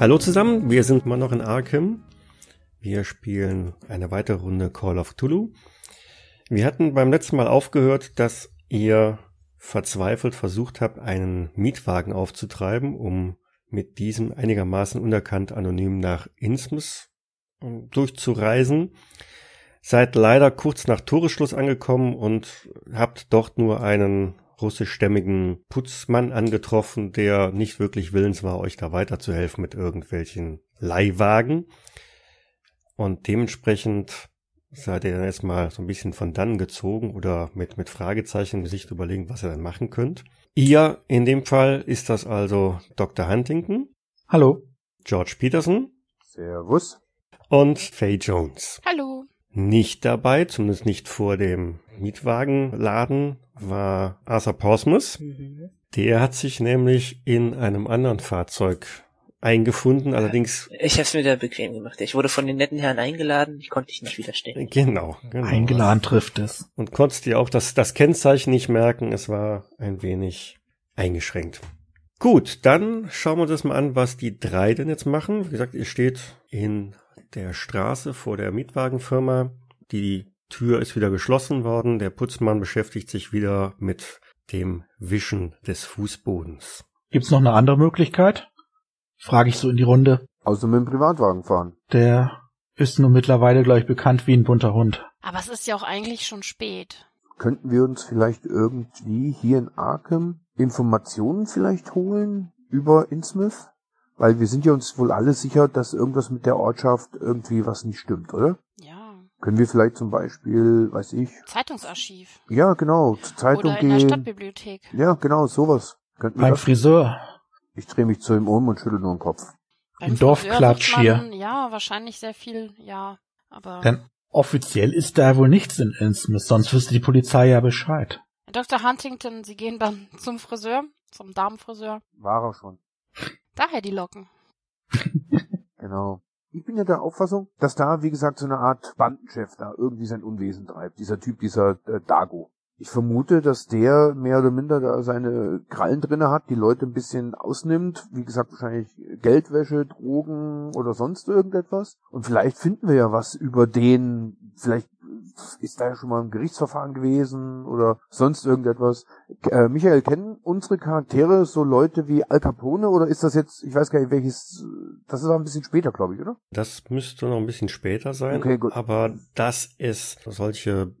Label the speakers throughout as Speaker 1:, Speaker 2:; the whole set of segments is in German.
Speaker 1: Hallo zusammen, wir sind mal noch in Arkham. Wir spielen eine weitere Runde Call of Cthulhu. Wir hatten beim letzten Mal aufgehört, dass ihr verzweifelt versucht habt, einen Mietwagen aufzutreiben, um mit diesem einigermaßen unerkannt anonym nach Innsmouth ähm, durchzureisen. Seid leider kurz nach Toreschluss angekommen und habt dort nur einen russischstämmigen Putzmann angetroffen, der nicht wirklich willens war, euch da weiterzuhelfen mit irgendwelchen Leihwagen. Und dementsprechend seid ihr dann erstmal so ein bisschen von dann gezogen oder mit, mit Fragezeichen im Gesicht überlegen, was ihr dann machen könnt. Ihr, in dem Fall, ist das also Dr. Huntington,
Speaker 2: Hallo.
Speaker 1: George Peterson
Speaker 3: Servus.
Speaker 1: und Faye Jones.
Speaker 4: Hallo.
Speaker 1: Nicht dabei, zumindest nicht vor dem Mietwagenladen, war Arthur Portsmouth. Der hat sich nämlich in einem anderen Fahrzeug eingefunden, allerdings
Speaker 5: Ich hab's mir da bequem gemacht. Ich wurde von den netten Herren eingeladen, ich konnte dich nicht widerstehen.
Speaker 1: genau, genau.
Speaker 2: Eingeladen trifft es.
Speaker 1: Und konntest dir auch das, das Kennzeichen nicht merken, es war ein wenig eingeschränkt. Gut, dann schauen wir uns das mal an, was die drei denn jetzt machen. Wie gesagt, ihr steht in der Straße vor der Mietwagenfirma. Die Tür ist wieder geschlossen worden. Der Putzmann beschäftigt sich wieder mit dem Wischen des Fußbodens.
Speaker 2: Gibt's noch eine andere Möglichkeit? Frage ich so in die Runde.
Speaker 3: Außer mit dem Privatwagen fahren.
Speaker 2: Der ist nun mittlerweile gleich bekannt wie ein bunter Hund.
Speaker 4: Aber es ist ja auch eigentlich schon spät.
Speaker 3: Könnten wir uns vielleicht irgendwie hier in Arkham Informationen vielleicht holen über Innsmouth? Weil wir sind ja uns wohl alle sicher, dass irgendwas mit der Ortschaft irgendwie was nicht stimmt, oder?
Speaker 4: Ja.
Speaker 3: Können wir vielleicht zum Beispiel, weiß ich,
Speaker 4: Zeitungsarchiv.
Speaker 3: ja genau, zur Zeitung
Speaker 4: Oder in der
Speaker 3: gehen.
Speaker 4: Stadtbibliothek.
Speaker 3: ja, genau, sowas. Könnten wir
Speaker 2: Beim
Speaker 3: das?
Speaker 2: Friseur.
Speaker 3: Ich drehe mich zu ihm um und schüttel nur den Kopf.
Speaker 4: Beim Friseur
Speaker 2: Dorfklatsch
Speaker 4: sucht man, Ja, wahrscheinlich sehr viel, ja. Aber
Speaker 2: Denn offiziell ist da wohl nichts in Innsmouth, sonst wüsste die Polizei ja Bescheid.
Speaker 4: Dr. Huntington, Sie gehen beim, zum Friseur, zum Damenfriseur.
Speaker 3: War er schon.
Speaker 4: Daher die Locken.
Speaker 3: Genau. Ich bin ja der Auffassung, dass da, wie gesagt, so eine Art Bandenchef da irgendwie sein Unwesen treibt. Dieser Typ, dieser äh, Dago. Ich vermute, dass der mehr oder minder da seine Krallen drinne hat, die Leute ein bisschen ausnimmt. Wie gesagt, wahrscheinlich Geldwäsche, Drogen oder sonst irgendetwas. Und vielleicht finden wir ja was über den, vielleicht ist da ja schon mal ein Gerichtsverfahren gewesen oder sonst irgendetwas. K- Äh, Michael, kennen unsere Charaktere so Leute wie Al Capone oder ist das jetzt, ich weiß gar nicht, welches, das ist aber ein bisschen später, glaube ich, oder?
Speaker 1: Das müsste noch ein bisschen später sein.
Speaker 3: Okay, gut.
Speaker 1: Aber dass es solche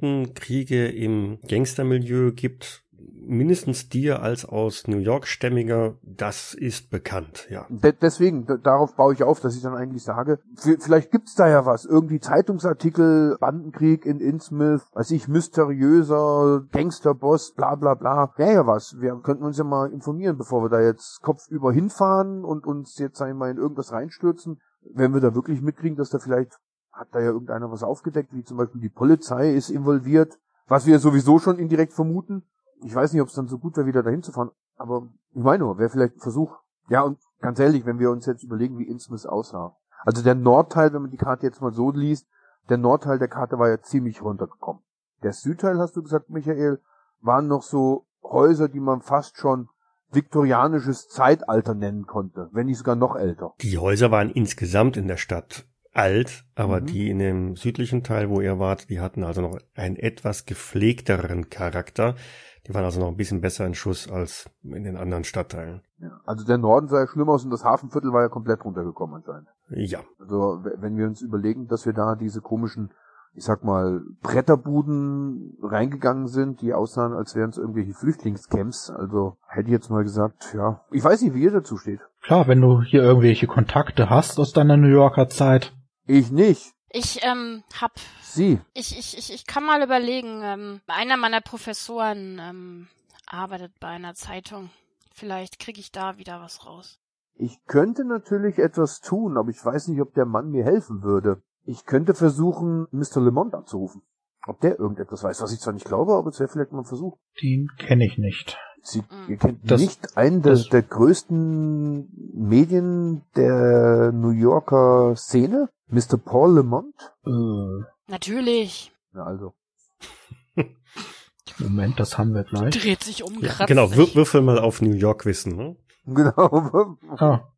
Speaker 1: Bandenkriege im Gangstermilieu gibt, mindestens dir als aus New York stämmiger, das ist bekannt, ja.
Speaker 3: De deswegen, d- darauf baue ich auf, dass ich dann eigentlich sage, v- vielleicht gibt's da ja was. Irgendwie Zeitungsartikel, Bandenkrieg in Innsmouth, weiß ich, mysteriöser Gangsterboss, bla bla bla. Wäre ja was. Wir könnten uns ja mal informieren, bevor wir da jetzt kopfüber hinfahren und uns jetzt, sag ich mal, in irgendwas reinstürzen. Wenn wir da wirklich mitkriegen, dass da vielleicht, hat da ja irgendeiner was aufgedeckt, wie zum Beispiel die Polizei ist involviert, was wir sowieso schon indirekt vermuten. Ich weiß nicht, ob es dann so gut wäre, wieder dahin zu fahren, aber ich meine nur, wäre vielleicht ein Versuch. Ja, und ganz ehrlich, wenn wir uns jetzt überlegen, wie Innsmouth aussah. Also der Nordteil, wenn man die Karte jetzt mal so liest, der Nordteil der Karte war ja ziemlich runtergekommen. Der Südteil, hast du gesagt, Michael, waren noch so Häuser, die man fast schon viktorianisches Zeitalter nennen konnte, wenn nicht sogar noch älter.
Speaker 1: Die Häuser waren insgesamt in der Stadt alt, aber
Speaker 3: Mhm.
Speaker 1: die in dem südlichen Teil, wo ihr wart, die hatten also noch einen etwas gepflegteren Charakter. Die waren also noch ein bisschen besser in Schuss als in den anderen Stadtteilen.
Speaker 3: Ja. Also der Norden sah ja schlimm aus und das Hafenviertel war ja komplett runtergekommen anscheinend.
Speaker 1: Ja.
Speaker 3: Also w- wenn wir uns überlegen, dass wir da diese komischen, ich sag mal, Bretterbuden reingegangen sind, die aussahen, als wären es irgendwelche Flüchtlingscamps. Also hätte ich jetzt mal gesagt, ja. Ich weiß nicht, wie ihr dazu steht.
Speaker 2: Klar, wenn du hier irgendwelche Kontakte hast aus deiner New Yorker Zeit.
Speaker 3: Ich nicht.
Speaker 4: Ich, ähm, hab,
Speaker 3: Sie.
Speaker 4: ich, ich, ich, ich kann mal überlegen, ähm, einer meiner Professoren, ähm, arbeitet bei einer Zeitung. Vielleicht kriege ich da wieder was raus.
Speaker 3: Ich könnte natürlich etwas tun, aber ich weiß nicht, ob der Mann mir helfen würde. Ich könnte versuchen, Mr. Lemont anzurufen. Ob der irgendetwas weiß, was ich zwar nicht glaube, aber es wäre vielleicht mal ein Versuch.
Speaker 2: Den kenne ich nicht.
Speaker 3: Sie,
Speaker 4: Mm.
Speaker 3: ihr kennt
Speaker 2: Das-
Speaker 3: nicht einen der,
Speaker 2: das-
Speaker 3: der größten Medien der New Yorker Szene? Mr. Paul Lemont?
Speaker 2: Äh,
Speaker 4: Natürlich.
Speaker 3: Na also.
Speaker 2: Moment, das haben wir gleich.
Speaker 4: Dreht sich um,
Speaker 1: ja
Speaker 4: kratzt
Speaker 1: genau,
Speaker 4: sich.
Speaker 1: wir, würfel mal auf New York wissen, ne?
Speaker 3: Genau.
Speaker 2: Ah,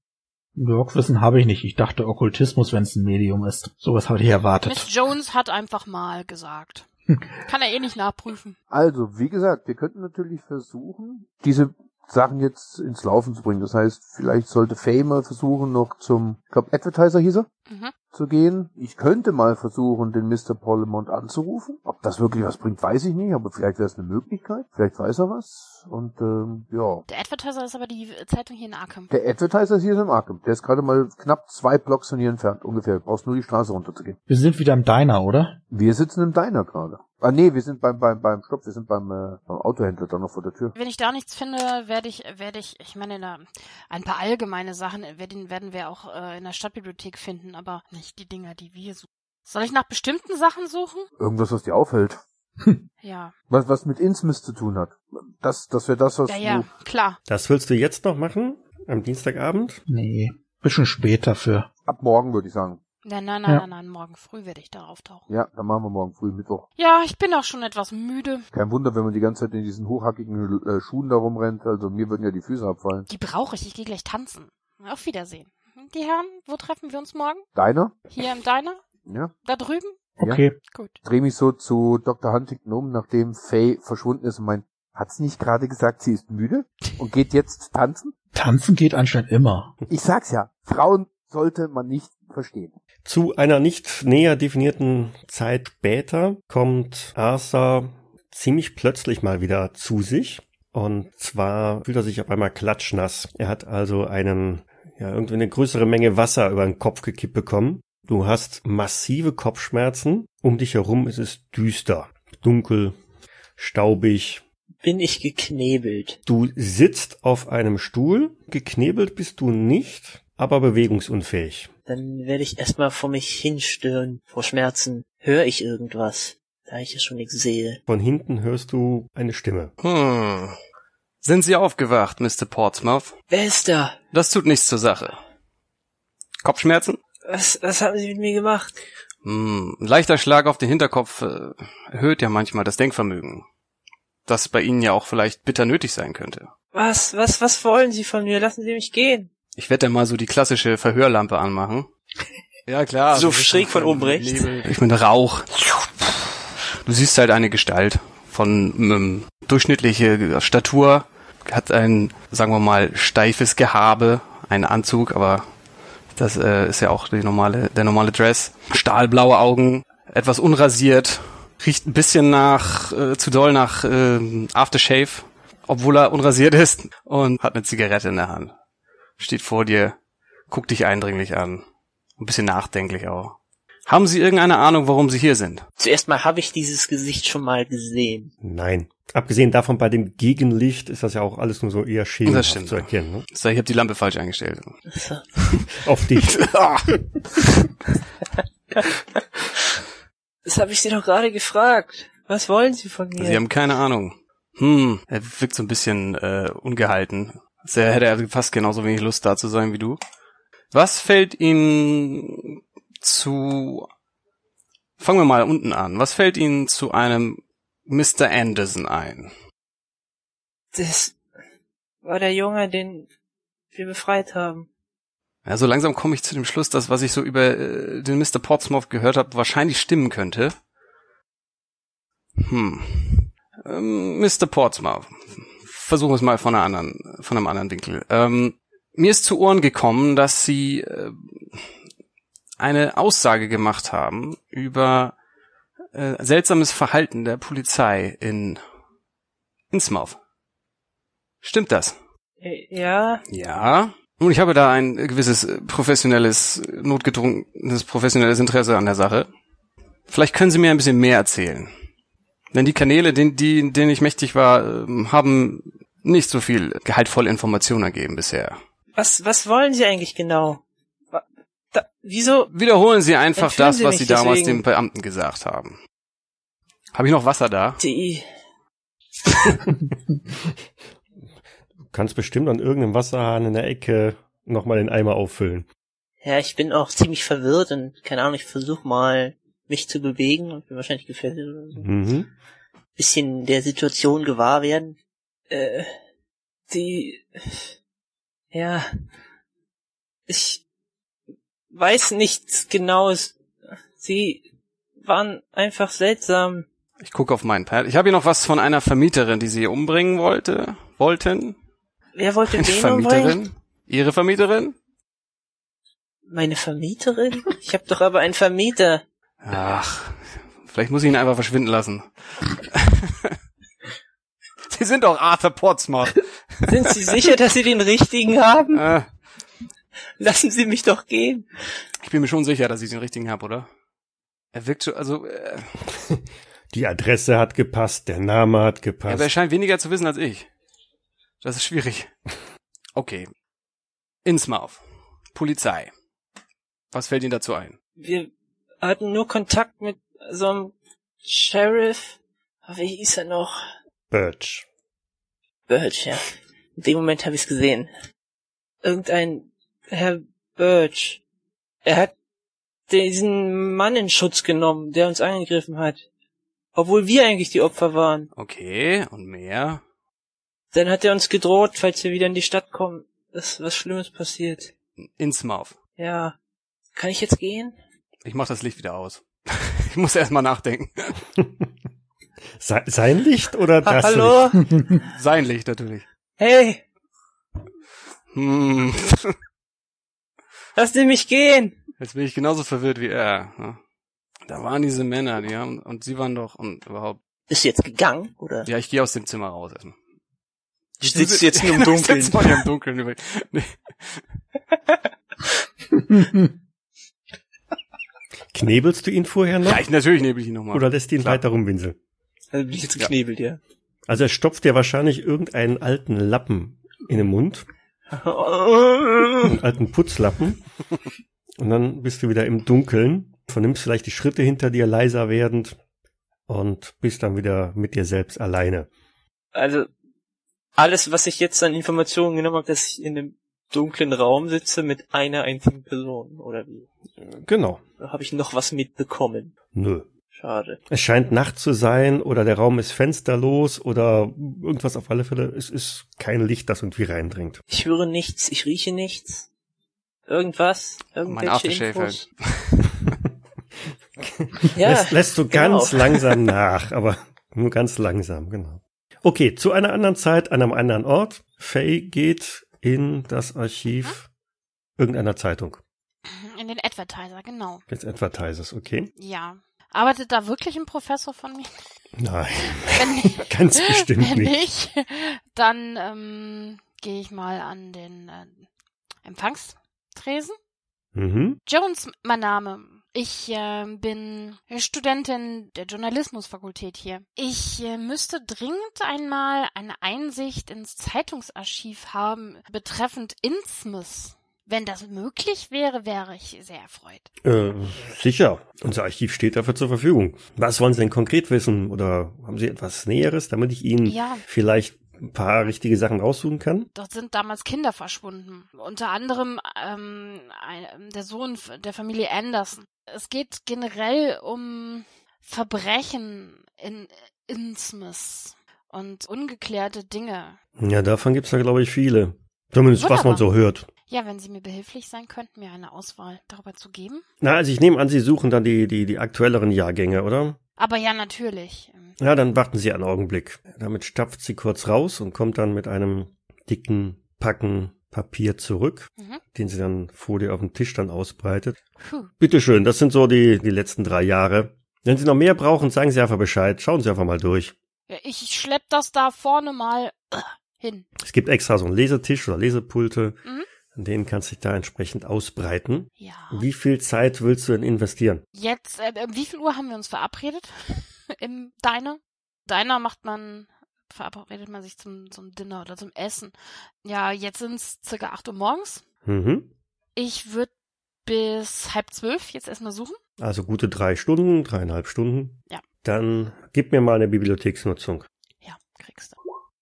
Speaker 2: York-Wissen habe ich nicht. Ich dachte Okkultismus, wenn es ein Medium ist. Sowas habe ich erwartet.
Speaker 4: Miss Jones hat einfach mal gesagt. Kann er eh nicht nachprüfen.
Speaker 3: Also, wie gesagt, wir könnten natürlich versuchen, diese Sachen jetzt ins Laufen zu bringen. Das heißt, vielleicht sollte Faye mal versuchen, noch zum, ich glaube, Advertiser hieß er,
Speaker 4: Mhm.
Speaker 3: zu gehen. Ich könnte mal versuchen, den Mr. Polymont anzurufen. Ob das wirklich was bringt, weiß ich nicht, aber vielleicht wäre es eine Möglichkeit. Vielleicht weiß er was. Und ähm, ja.
Speaker 4: Der Advertiser ist aber die Zeitung hier in Arkham.
Speaker 3: Der Advertiser ist hier in Arkham. Der ist gerade mal knapp zwei Blocks von hier entfernt, ungefähr. Du brauchst nur die Straße runterzugehen.
Speaker 2: Wir sind wieder im Diner, oder?
Speaker 3: Wir sitzen im Diner gerade. Ah nee, wir sind beim beim beim Stopp, wir sind beim, äh, beim Autohändler da noch vor der Tür.
Speaker 4: Wenn ich da nichts finde, werde ich, werde ich, ich meine, da, ein paar allgemeine Sachen werden, werden wir auch äh, in der Stadtbibliothek finden, aber nicht die Dinger, die wir suchen. Soll ich nach bestimmten Sachen suchen?
Speaker 3: Irgendwas, was dir auffällt.
Speaker 4: Ja,
Speaker 3: Was was mit Innsmith zu tun hat. Das das wäre das, was
Speaker 4: ja, ja,
Speaker 3: du
Speaker 4: klar.
Speaker 1: Das willst du jetzt noch machen? Am Dienstagabend?
Speaker 2: Nee. Bisschen später für.
Speaker 3: ab morgen würde ich sagen.
Speaker 4: Nein, nein, nein,
Speaker 2: Ja.
Speaker 4: nein, nein, morgen früh werde ich da auftauchen.
Speaker 3: Ja, dann machen wir morgen früh Mittwoch.
Speaker 4: Ja, ich bin auch schon etwas müde.
Speaker 3: Kein Wunder, wenn man die ganze Zeit in diesen hochhackigen äh, Schuhen da rumrennt. Also mir würden ja die Füße abfallen.
Speaker 4: Die brauche ich, ich gehe gleich tanzen. Auf Wiedersehen. Die Herren, wo treffen wir uns morgen?
Speaker 3: Deiner?
Speaker 4: Hier im Diner?
Speaker 3: Ja.
Speaker 4: Da drüben?
Speaker 2: Okay.
Speaker 4: Gut.
Speaker 3: Dreh mich so zu Dr. Huntington um, nachdem Faye verschwunden ist und meint, hat's nicht gerade gesagt, sie ist müde und geht jetzt tanzen?
Speaker 2: Tanzen geht anscheinend immer.
Speaker 3: Ich sag's ja, Frauen sollte man nicht verstehen.
Speaker 1: Zu einer nicht näher definierten Zeit später kommt Arthur ziemlich plötzlich mal wieder zu sich. Und zwar fühlt er sich auf einmal klatschnass. Er hat also einen, ja, irgendwie eine größere Menge Wasser über den Kopf gekippt bekommen. Du hast massive Kopfschmerzen. Um dich herum ist es düster, dunkel, staubig.
Speaker 5: Bin ich geknebelt.
Speaker 1: Du sitzt auf einem Stuhl. Geknebelt bist du nicht, aber bewegungsunfähig.
Speaker 5: Dann werde ich erstmal vor mich hinstören, vor Schmerzen. Höre ich irgendwas, da ich ja schon nichts sehe.
Speaker 1: Von hinten hörst du eine Stimme.
Speaker 6: Hm. Sind Sie aufgewacht, Mr. Portsmouth?
Speaker 5: Wer ist da?
Speaker 6: Das tut nichts zur Sache. Kopfschmerzen?
Speaker 5: Was, was haben Sie mit mir gemacht?
Speaker 6: Hm. Ein leichter Schlag auf den Hinterkopf äh, erhöht ja manchmal das Denkvermögen. Das bei Ihnen ja auch vielleicht bitter nötig sein könnte.
Speaker 5: Was, was, was wollen Sie von mir? Lassen Sie mich gehen.
Speaker 6: Ich werde dann mal so die klassische Verhörlampe anmachen. Ja, klar.
Speaker 5: So schräg von oben rechts.
Speaker 6: Ich bin Rauch. Du siehst halt eine Gestalt von ähm, durchschnittliche Statur, hat ein, sagen wir mal, steifes Gehabe, einen Anzug, aber das äh, ist ja auch die normale, der normale Dress. Stahlblaue Augen, etwas unrasiert, riecht ein bisschen nach, äh, zu doll nach ähm, Aftershave, obwohl er unrasiert ist und hat eine Zigarette in der Hand. Steht vor dir, guckt dich eindringlich an. Ein bisschen nachdenklich auch. Haben Sie irgendeine Ahnung, warum Sie hier sind?
Speaker 5: Zuerst mal habe ich dieses Gesicht schon mal gesehen.
Speaker 1: Nein. Abgesehen davon, bei dem Gegenlicht ist das ja auch alles nur so eher
Speaker 6: Das
Speaker 1: schemenhaft
Speaker 6: stimmt.
Speaker 1: zu erkennen. Ne?
Speaker 6: So, Ich habe die Lampe falsch eingestellt.
Speaker 1: Auf dich.
Speaker 5: Das habe ich Sie doch gerade gefragt. Was wollen Sie von mir?
Speaker 6: Sie haben keine Ahnung. Hm, er wirkt so ein bisschen äh, ungehalten. Sehr hätte er fast genauso wenig Lust da zu sein wie du. Was fällt Ihnen zu... Fangen wir mal unten an. Was fällt Ihnen zu einem Mr. Anderson ein?
Speaker 5: das war der Junge, den wir befreit haben.
Speaker 6: Ja, so langsam komme ich zu dem Schluss, dass was ich so über äh, den Mr. Portsmouth gehört habe, wahrscheinlich stimmen könnte. Hm. Ähm, Mr. Portsmouth. Versuchen wir es mal von, einer anderen, von einem anderen Winkel. Ähm, mir ist zu Ohren gekommen, dass Sie äh, eine Aussage gemacht haben über äh, seltsames Verhalten der Polizei in Innsmouth. Stimmt das?
Speaker 5: Äh, Ja,
Speaker 6: Ja. Nun, ich habe da ein gewisses äh, professionelles, äh, notgedrungenes professionelles Interesse an der Sache. Vielleicht können Sie mir ein bisschen mehr erzählen. Denn die Kanäle, den, die, denen ich mächtig war, ähm, haben nicht so viel gehaltvolle Informationen ergeben bisher.
Speaker 5: was, was wollen Sie eigentlich genau? Wa- Da, wieso?
Speaker 6: Wiederholen Sie einfach
Speaker 5: Entführen
Speaker 6: das,
Speaker 5: Sie
Speaker 6: was
Speaker 5: mich
Speaker 6: Sie damals
Speaker 5: deswegen.
Speaker 6: dem Beamten gesagt haben. Habe ich noch Wasser da?
Speaker 5: Die,
Speaker 1: Du kannst bestimmt an irgendeinem Wasserhahn in der Ecke nochmal den Eimer auffüllen.
Speaker 5: ja, ich bin auch ziemlich verwirrt und keine Ahnung, ich versuche mal mich zu bewegen und bin wahrscheinlich gefährdet oder so.
Speaker 1: Mhm.
Speaker 5: bisschen der Situation gewahr werden. Äh, die, ja, Ich weiß nichts Genaues. Sie waren einfach seltsam.
Speaker 6: Ich gucke auf meinen Teil. Ich habe hier noch was von einer Vermieterin, die sie umbringen wollte, wollten.
Speaker 5: Wer wollte
Speaker 6: Eine
Speaker 5: wen umbringen?
Speaker 6: Vermieterin? Ihre Vermieterin?
Speaker 5: Meine Vermieterin? Ich habe doch aber einen Vermieter.
Speaker 6: Ach, vielleicht muss ich ihn einfach verschwinden lassen. sie sind doch Arthur Portsmouth.
Speaker 5: Sind Sie sicher, dass Sie den richtigen haben?
Speaker 6: äh,
Speaker 5: Lassen Sie mich doch gehen.
Speaker 6: ich bin mir schon sicher, dass ich den richtigen habe, oder? Er wirkt so, also, äh,
Speaker 1: Die Adresse hat gepasst, der Name hat
Speaker 6: aber er
Speaker 1: gepasst.
Speaker 6: scheint weniger zu wissen als ich. Das ist schwierig. Okay. Innsmouth. Polizei. Was fällt Ihnen dazu ein?
Speaker 5: Wir hatten nur Kontakt mit so einem Sheriff. Aber wie hieß er noch?
Speaker 1: Birch.
Speaker 5: Birch, ja. In dem Moment habe ich es gesehen. Irgendein Herr Birch. Er hat diesen Mann in Schutz genommen, der uns angegriffen hat. Obwohl wir eigentlich die Opfer waren.
Speaker 6: Okay, und mehr?
Speaker 5: Dann hat er uns gedroht, falls wir wieder in die Stadt kommen, dass was Schlimmes passiert.
Speaker 6: Innsmouth.
Speaker 5: Ja. Kann ich jetzt gehen?
Speaker 6: Ich mach das Licht wieder aus. ich muss erst mal nachdenken.
Speaker 1: Se sein Licht oder
Speaker 5: Ha
Speaker 1: das Licht?
Speaker 5: Hallo?
Speaker 6: Sein Licht natürlich.
Speaker 5: Hey,
Speaker 6: Hm.
Speaker 5: lass Sie mich gehen!
Speaker 6: Jetzt bin ich genauso verwirrt wie er. Ne? Da waren diese Männer, die haben, und sie waren doch, und überhaupt.
Speaker 5: Bist du jetzt gegangen, oder?
Speaker 6: Ja, ich gehe aus dem Zimmer raus erstmal.
Speaker 7: Sitzt du jetzt nur im
Speaker 6: Ich
Speaker 7: Dunkeln?
Speaker 6: sitz mal hier im Dunkeln. über- Nee.
Speaker 1: Knebelst du ihn vorher noch?
Speaker 6: Ja, ich, natürlich nebel ich ihn nochmal.
Speaker 1: Oder lässt ihn
Speaker 6: Klar.
Speaker 1: weiter rumwinseln?
Speaker 7: Also bin ich jetzt
Speaker 6: Ja.
Speaker 7: geknebelt, ja.
Speaker 1: Also er stopft dir wahrscheinlich irgendeinen alten Lappen in den Mund, einen alten Putzlappen. Und dann bist du wieder im Dunkeln, vernimmst vielleicht die Schritte hinter dir leiser werdend und bist dann wieder mit dir selbst alleine.
Speaker 5: Also, alles, was ich jetzt an Informationen genommen habe, dass ich in einem dunklen Raum sitze mit einer einzigen Person, oder wie?
Speaker 1: Genau.
Speaker 5: Da habe ich noch was mitbekommen.
Speaker 1: Nö.
Speaker 5: Schade.
Speaker 1: Es scheint Nacht zu sein oder der Raum ist fensterlos oder irgendwas auf alle Fälle. Es ist kein Licht, das irgendwie reindringt.
Speaker 5: Ich höre nichts, ich rieche nichts. Irgendwas, irgendwelche
Speaker 6: Aftershave halt.
Speaker 5: Infos.
Speaker 1: lässt,
Speaker 5: ja,
Speaker 1: lässt du ganz
Speaker 5: genau.
Speaker 1: langsam nach, aber nur ganz langsam, genau. Okay, zu einer anderen Zeit, an einem anderen Ort. Faye geht in das Archiv irgendeiner Zeitung.
Speaker 4: In den Advertiser, genau.
Speaker 1: Jetzt Advertises, okay?
Speaker 4: Ja. Arbeitet da wirklich ein Professor von mir?
Speaker 1: Nein,
Speaker 4: Wenn nicht,
Speaker 1: ganz bestimmt
Speaker 4: wenn
Speaker 1: nicht.
Speaker 4: nicht, dann ähm, gehe ich mal an den äh, Empfangstresen.
Speaker 1: Mhm.
Speaker 4: Jones, mein Name. Ich äh, bin Studentin der Journalismusfakultät hier. Ich äh, müsste dringend einmal eine Einsicht ins Zeitungsarchiv haben betreffend Innsmouth. Wenn das möglich wäre, wäre ich sehr erfreut.
Speaker 1: Äh, sicher, unser Archiv steht dafür zur Verfügung. Was wollen Sie denn konkret wissen? Oder haben Sie etwas Näheres, damit ich Ihnen
Speaker 4: Ja.
Speaker 1: vielleicht ein paar richtige Sachen raussuchen kann?
Speaker 4: Dort sind damals Kinder verschwunden. Unter anderem ähm, ein, der Sohn f- der Familie Anderson. Es geht generell um Verbrechen in Innsmouth und ungeklärte Dinge.
Speaker 1: Ja, davon gibt's ja, glaube ich, viele. Zumindest, was man
Speaker 4: Wunderbar.
Speaker 1: so hört.
Speaker 4: Ja, wenn Sie mir behilflich sein könnten, mir eine Auswahl darüber zu geben.
Speaker 1: Na, also ich nehme an, Sie suchen dann die, die, die aktuelleren Jahrgänge, oder?
Speaker 4: Aber ja, natürlich. ähm,
Speaker 1: Ja, dann warten Sie einen Augenblick. Damit stapft sie kurz raus und kommt dann mit einem dicken Packen Papier zurück,
Speaker 4: Mhm.
Speaker 1: den sie dann vor dir auf dem Tisch dann ausbreitet.
Speaker 4: Puh.
Speaker 1: Bitteschön, das sind so die, die letzten drei Jahre. Wenn Sie noch mehr brauchen, sagen Sie einfach Bescheid. Schauen Sie einfach mal durch.
Speaker 4: Ja, ich schlepp das da vorne mal äh, hin.
Speaker 1: Es gibt extra so einen Lesetisch oder Lesepulte,
Speaker 4: Mhm.
Speaker 1: an denen kannst du dich da entsprechend ausbreiten.
Speaker 4: Ja.
Speaker 1: Wie viel Zeit willst du denn investieren?
Speaker 4: Jetzt, äh, äh, wie viel Uhr haben wir uns verabredet? Im Diner? Diner macht man, verabredet man sich zum, zum Dinner oder zum Essen. Ja, jetzt sind's circa 8 Uhr morgens.
Speaker 1: Mhm.
Speaker 4: Ich würde bis halb zwölf jetzt erstmal suchen.
Speaker 1: Also gute drei Stunden, dreieinhalb Stunden.
Speaker 4: Ja.
Speaker 1: Dann gib mir mal eine Bibliotheksnutzung.
Speaker 4: Ja, kriegst du.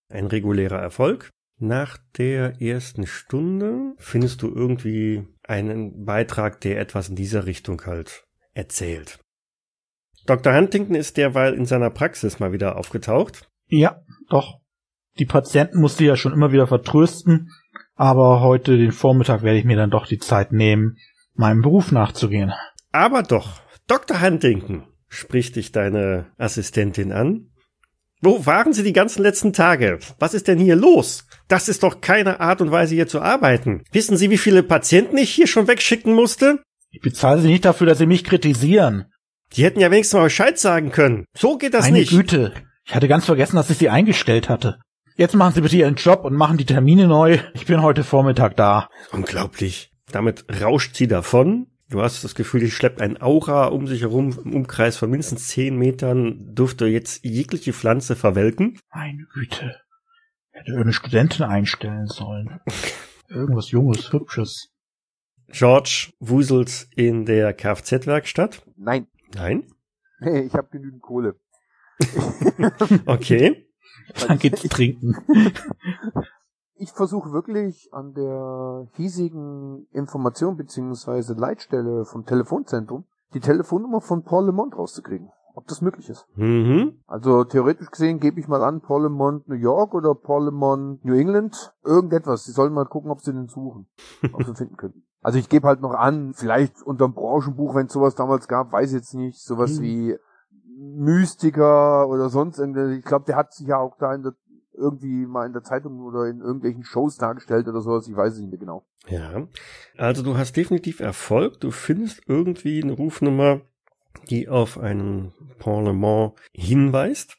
Speaker 1: ein regulärer Erfolg. Nach der ersten Stunde findest du irgendwie einen Beitrag, der etwas in dieser Richtung halt erzählt. Dr. Huntington ist derweil in seiner Praxis mal wieder aufgetaucht.
Speaker 2: Ja, doch. Die Patienten musste ja schon immer wieder vertrösten, Aber heute den Vormittag werde ich mir dann doch die Zeit nehmen, meinem Beruf nachzugehen.
Speaker 1: Aber doch, Dr. Huntington, spricht dich deine Assistentin an. Wo waren Sie die ganzen letzten Tage? Was ist denn hier los? Das ist doch keine Art und Weise, hier zu arbeiten. Wissen Sie, wie viele Patienten ich hier schon wegschicken musste?
Speaker 2: Ich bezahle sie nicht dafür, dass sie mich kritisieren.
Speaker 1: Die hätten ja wenigstens mal Bescheid sagen können. So geht das
Speaker 2: Meine
Speaker 1: nicht.
Speaker 2: Güte. Ich hatte ganz vergessen, dass ich sie eingestellt hatte. Jetzt machen Sie bitte Ihren Job und machen die Termine neu. Ich bin heute Vormittag da.
Speaker 1: Unglaublich. Damit rauscht sie davon. Du hast das Gefühl, die schleppt ein Aura um sich herum im Umkreis von mindestens 10 Metern, dürfte jetzt jegliche Pflanze verwelken.
Speaker 2: Meine Güte. Hätte irgendeine Studentin einstellen sollen. Irgendwas Junges, Hübsches.
Speaker 1: George wuselt in der Kfz-Werkstatt.
Speaker 3: Nein,
Speaker 1: Nein.
Speaker 3: hey, ich habe genügend Kohle.
Speaker 1: Okay.
Speaker 2: Dann geht's trinken.
Speaker 3: Ich versuche wirklich an der hiesigen Information beziehungsweise Leitstelle vom Telefonzentrum die Telefonnummer von Paul LeMond rauszukriegen, ob das möglich ist.
Speaker 1: Mhm.
Speaker 3: Also theoretisch gesehen gebe ich mal an, Paul LeMond New York oder Paul LeMond New England, irgendetwas. Sie sollen mal gucken, ob sie den suchen, ob sie ihn finden können. Also ich gebe halt noch an, vielleicht unterm Branchenbuch, wenn es sowas damals gab, weiß ich jetzt nicht, sowas
Speaker 2: Hm.
Speaker 3: wie Mystiker oder sonst irgendwas. Ich glaube, der hat sich ja auch da in der, irgendwie mal in der Zeitung oder in irgendwelchen Shows dargestellt oder sowas, ich weiß es nicht mehr genau.
Speaker 1: Ja. Also du hast definitiv Erfolg. Du findest irgendwie eine Rufnummer, die auf einen Parlement hinweist.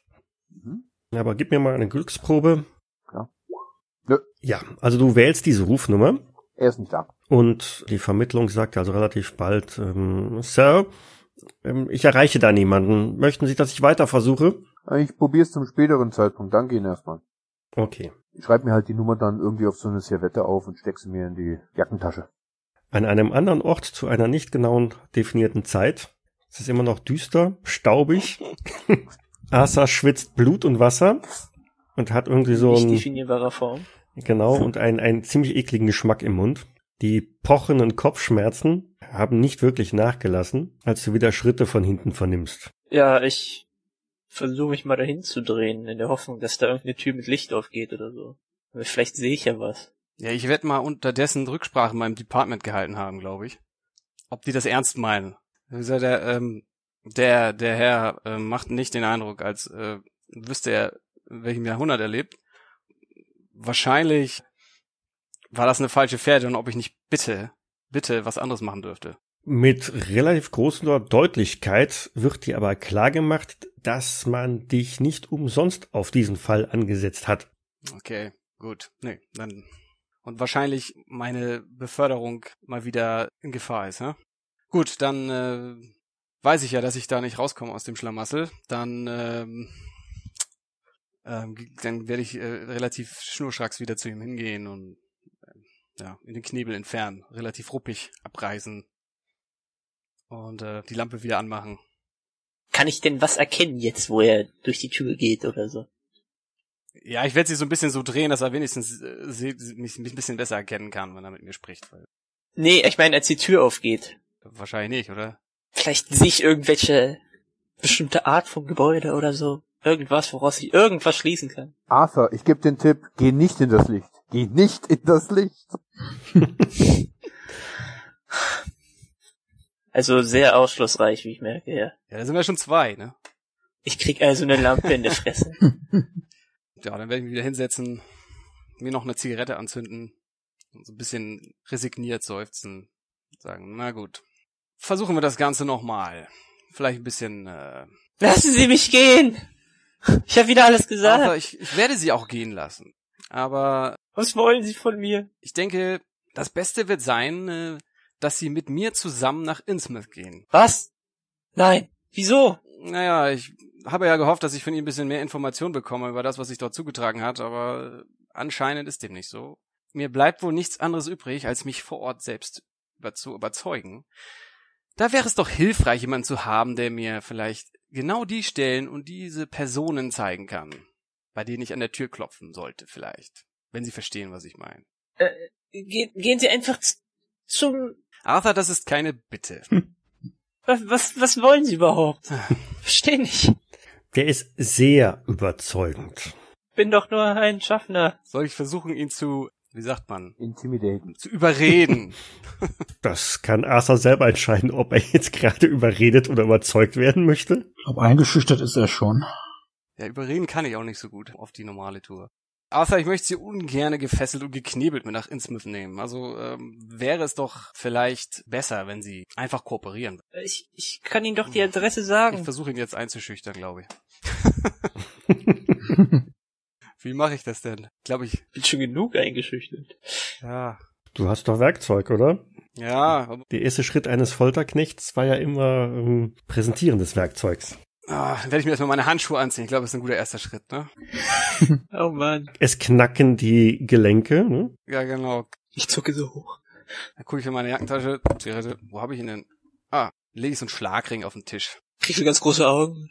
Speaker 3: Mhm.
Speaker 1: Aber gib mir mal eine Glücksprobe.
Speaker 3: Klar. Nö.
Speaker 1: Ja, also du wählst diese Rufnummer.
Speaker 3: Er ist nicht da.
Speaker 1: Und die Vermittlung sagte also relativ bald, ähm, Sir, ähm, ich erreiche da niemanden. Möchten Sie, dass ich weiter versuche?
Speaker 3: Ich probiere es zum späteren Zeitpunkt. Danke Ihnen erstmal.
Speaker 1: Okay.
Speaker 3: Ich schreibe mir halt die Nummer dann irgendwie auf so eine Servette auf und steck sie mir in die Jackentasche.
Speaker 1: An einem anderen Ort zu einer nicht genauen definierten Zeit. Es ist immer noch düster, staubig. Asa schwitzt Blut und Wasser und hat irgendwie so
Speaker 5: nicht
Speaker 1: ein,
Speaker 5: definierbarer Form.
Speaker 1: genau, und einen, einen ziemlich ekligen Geschmack im Mund. Die pochenden Kopfschmerzen haben nicht wirklich nachgelassen, als du wieder Schritte von hinten vernimmst.
Speaker 5: Ja, ich versuche mich mal dahin zu drehen, in der Hoffnung, dass da irgendeine Tür mit Licht aufgeht oder so. Aber Vielleicht sehe ich ja was.
Speaker 6: Ja, ich werde mal unterdessen Rücksprache in meinem Department gehalten haben, glaube ich. Ob die das ernst meinen. Wie gesagt, der, ähm, der, der Herr ähm, macht nicht den Eindruck, als äh, wüsste er, in welchem Jahrhundert er lebt. Wahrscheinlich war das eine falsche Pferde und ob ich nicht bitte, bitte was anderes machen dürfte.
Speaker 1: Mit relativ großer Deutlichkeit wird dir aber klar gemacht, dass man dich nicht umsonst auf diesen Fall angesetzt hat.
Speaker 6: Okay, gut. Nee, dann. Und wahrscheinlich meine Beförderung mal wieder in Gefahr ist, ne? Gut, dann äh, weiß ich ja, dass ich da nicht rauskomme aus dem Schlamassel. Dann, ähm, ähm, g- dann werde ich äh, relativ schnurstracks wieder zu ihm hingehen und äh, ja, in den Knebel entfernen, relativ ruppig abreißen und äh, die Lampe wieder anmachen.
Speaker 5: Kann ich denn was erkennen jetzt, wo er durch die Tür geht oder so?
Speaker 6: Ja, ich werde sie so ein bisschen so drehen, dass er wenigstens äh, se- mich, mich ein bisschen besser erkennen kann, wenn er mit mir spricht. Weil
Speaker 5: Nee, ich meine, als die Tür aufgeht.
Speaker 6: Wahrscheinlich nicht, oder?
Speaker 5: Vielleicht sehe ich irgendwelche bestimmte Art vom Gebäude oder so. Irgendwas, woraus ich irgendwas schließen kann.
Speaker 3: Arthur, ich gebe den Tipp, geh nicht in das Licht. Geh nicht in das Licht.
Speaker 5: Also sehr ausschlussreich, wie ich merke, ja.
Speaker 6: Ja, da sind wir schon zwei, ne?
Speaker 5: Ich krieg also eine Lampe in der Fresse.
Speaker 6: Ja, dann werde ich mich wieder hinsetzen, mir noch eine Zigarette anzünden und so ein bisschen resigniert seufzen. Sagen, na gut, versuchen wir das Ganze nochmal. Vielleicht ein bisschen... Äh,
Speaker 5: Lassen Sie mich gehen! Ich habe wieder alles gesagt.
Speaker 6: aber ich, ich werde sie auch gehen lassen. Aber
Speaker 5: Was wollen Sie von mir?
Speaker 6: ich denke, das Beste wird sein, äh, dass sie mit mir zusammen nach Innsmouth gehen.
Speaker 5: Was? Nein. Wieso?
Speaker 6: Naja, ich habe ja gehofft, dass ich von ihr ein bisschen mehr Informationen bekomme über das, was sich dort zugetragen hat, aber anscheinend ist dem nicht so. Mir bleibt wohl nichts anderes übrig, als mich vor Ort selbst über zu überzeugen. Da wäre es doch hilfreich, jemanden zu haben, der mir vielleicht genau die Stellen und diese Personen zeigen kann, bei denen ich an der Tür klopfen sollte vielleicht, wenn Sie verstehen, was ich meine.
Speaker 5: Ge gehen Sie einfach z- zum...
Speaker 6: Arthur, das ist keine Bitte.
Speaker 5: Was, was, was wollen Sie überhaupt? Verstehe nicht.
Speaker 1: Der ist sehr überzeugend.
Speaker 5: Bin doch nur ein Schaffner.
Speaker 6: Soll ich versuchen, ihn zu wie sagt man,
Speaker 3: Intimidaten.
Speaker 6: zu überreden.
Speaker 1: Das kann Arthur selber entscheiden, ob er jetzt gerade überredet oder überzeugt werden möchte.
Speaker 2: Ich glaube, eingeschüchtert ist er schon.
Speaker 6: ja, überreden kann ich auch nicht so gut auf die normale Tour. Arthur, ich möchte Sie ungerne gefesselt und geknebelt mit nach Innsmouth nehmen. Also ähm, wäre es doch vielleicht besser, wenn Sie einfach kooperieren.
Speaker 5: Ich, ich kann Ihnen doch die Adresse
Speaker 6: Ich
Speaker 5: sagen.
Speaker 6: versuche ihn jetzt einzuschüchtern, glaube ich. Wie mache ich das denn? Glaube ich.
Speaker 5: bin schon genug eingeschüchtert.
Speaker 6: Ja.
Speaker 1: Du hast doch Werkzeug, oder?
Speaker 6: Ja, aber-
Speaker 1: Der erste Schritt eines Folterknechts war ja immer ähm, Präsentieren des Werkzeugs.
Speaker 6: ah, dann werde ich mir erstmal meine Handschuhe anziehen. Ich glaube, das ist ein guter erster Schritt, ne?
Speaker 5: Oh Mann.
Speaker 1: Es knacken die Gelenke. Ne?
Speaker 6: Ja, genau.
Speaker 5: Ich zucke so hoch.
Speaker 6: Dann gucke ich in meine Jackentasche. Zigarette. Wo habe ich ihn denn? Ah, lege ich so einen Schlagring auf den Tisch.
Speaker 5: Krieg so ganz große Augen.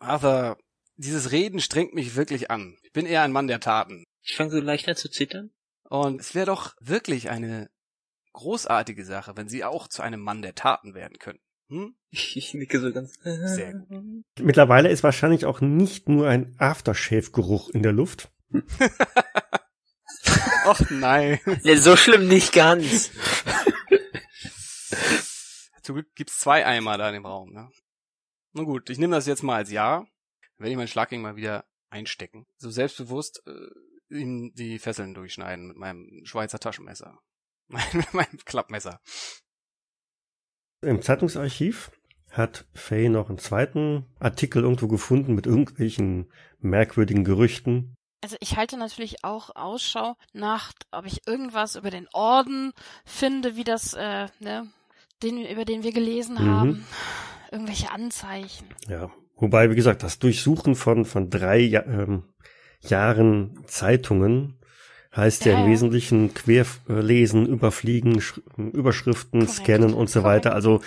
Speaker 6: Arthur, dieses Reden strengt mich wirklich an. Ich bin eher ein Mann der Taten.
Speaker 5: Ich fange so leicht an zu zittern.
Speaker 6: Und es wäre doch wirklich eine großartige Sache, wenn Sie auch zu einem Mann der Taten werden könnten. Hm?
Speaker 5: Ich, ich nicke so ganz. äh.
Speaker 6: Sehr
Speaker 5: gut.
Speaker 1: Mittlerweile ist wahrscheinlich auch nicht nur ein Aftershave-Geruch in der Luft.
Speaker 6: Och nein.
Speaker 5: Ja, Ne, so schlimm nicht ganz.
Speaker 6: Zum Glück gibt's zwei Eimer da in dem Raum, ne? Nun gut, ich nehme das jetzt mal als Ja. Dann werde ich meinen Schlagring mal wieder einstecken. So selbstbewusst äh, ihm die Fesseln durchschneiden mit meinem Schweizer Taschenmesser. Mein, meinem Klappmesser.
Speaker 1: Im Zeitungsarchiv hat Faye noch einen zweiten Artikel irgendwo gefunden mit irgendwelchen merkwürdigen Gerüchten.
Speaker 4: Also ich halte natürlich auch Ausschau nach, ob ich irgendwas über den Orden finde, wie das, äh, ne, den, über den wir gelesen
Speaker 1: Mhm.
Speaker 4: haben. Irgendwelche Anzeichen.
Speaker 1: Ja, wobei, wie gesagt, das Durchsuchen von, von drei Ja- ähm, Jahren Zeitungen heißt ja,
Speaker 4: Ja,
Speaker 1: im
Speaker 4: ja.
Speaker 1: Wesentlichen Querlesen, Überfliegen, Sch äh, Überschriften,
Speaker 4: Korrekt,
Speaker 1: Scannen und so
Speaker 4: korrekt.
Speaker 1: weiter. Also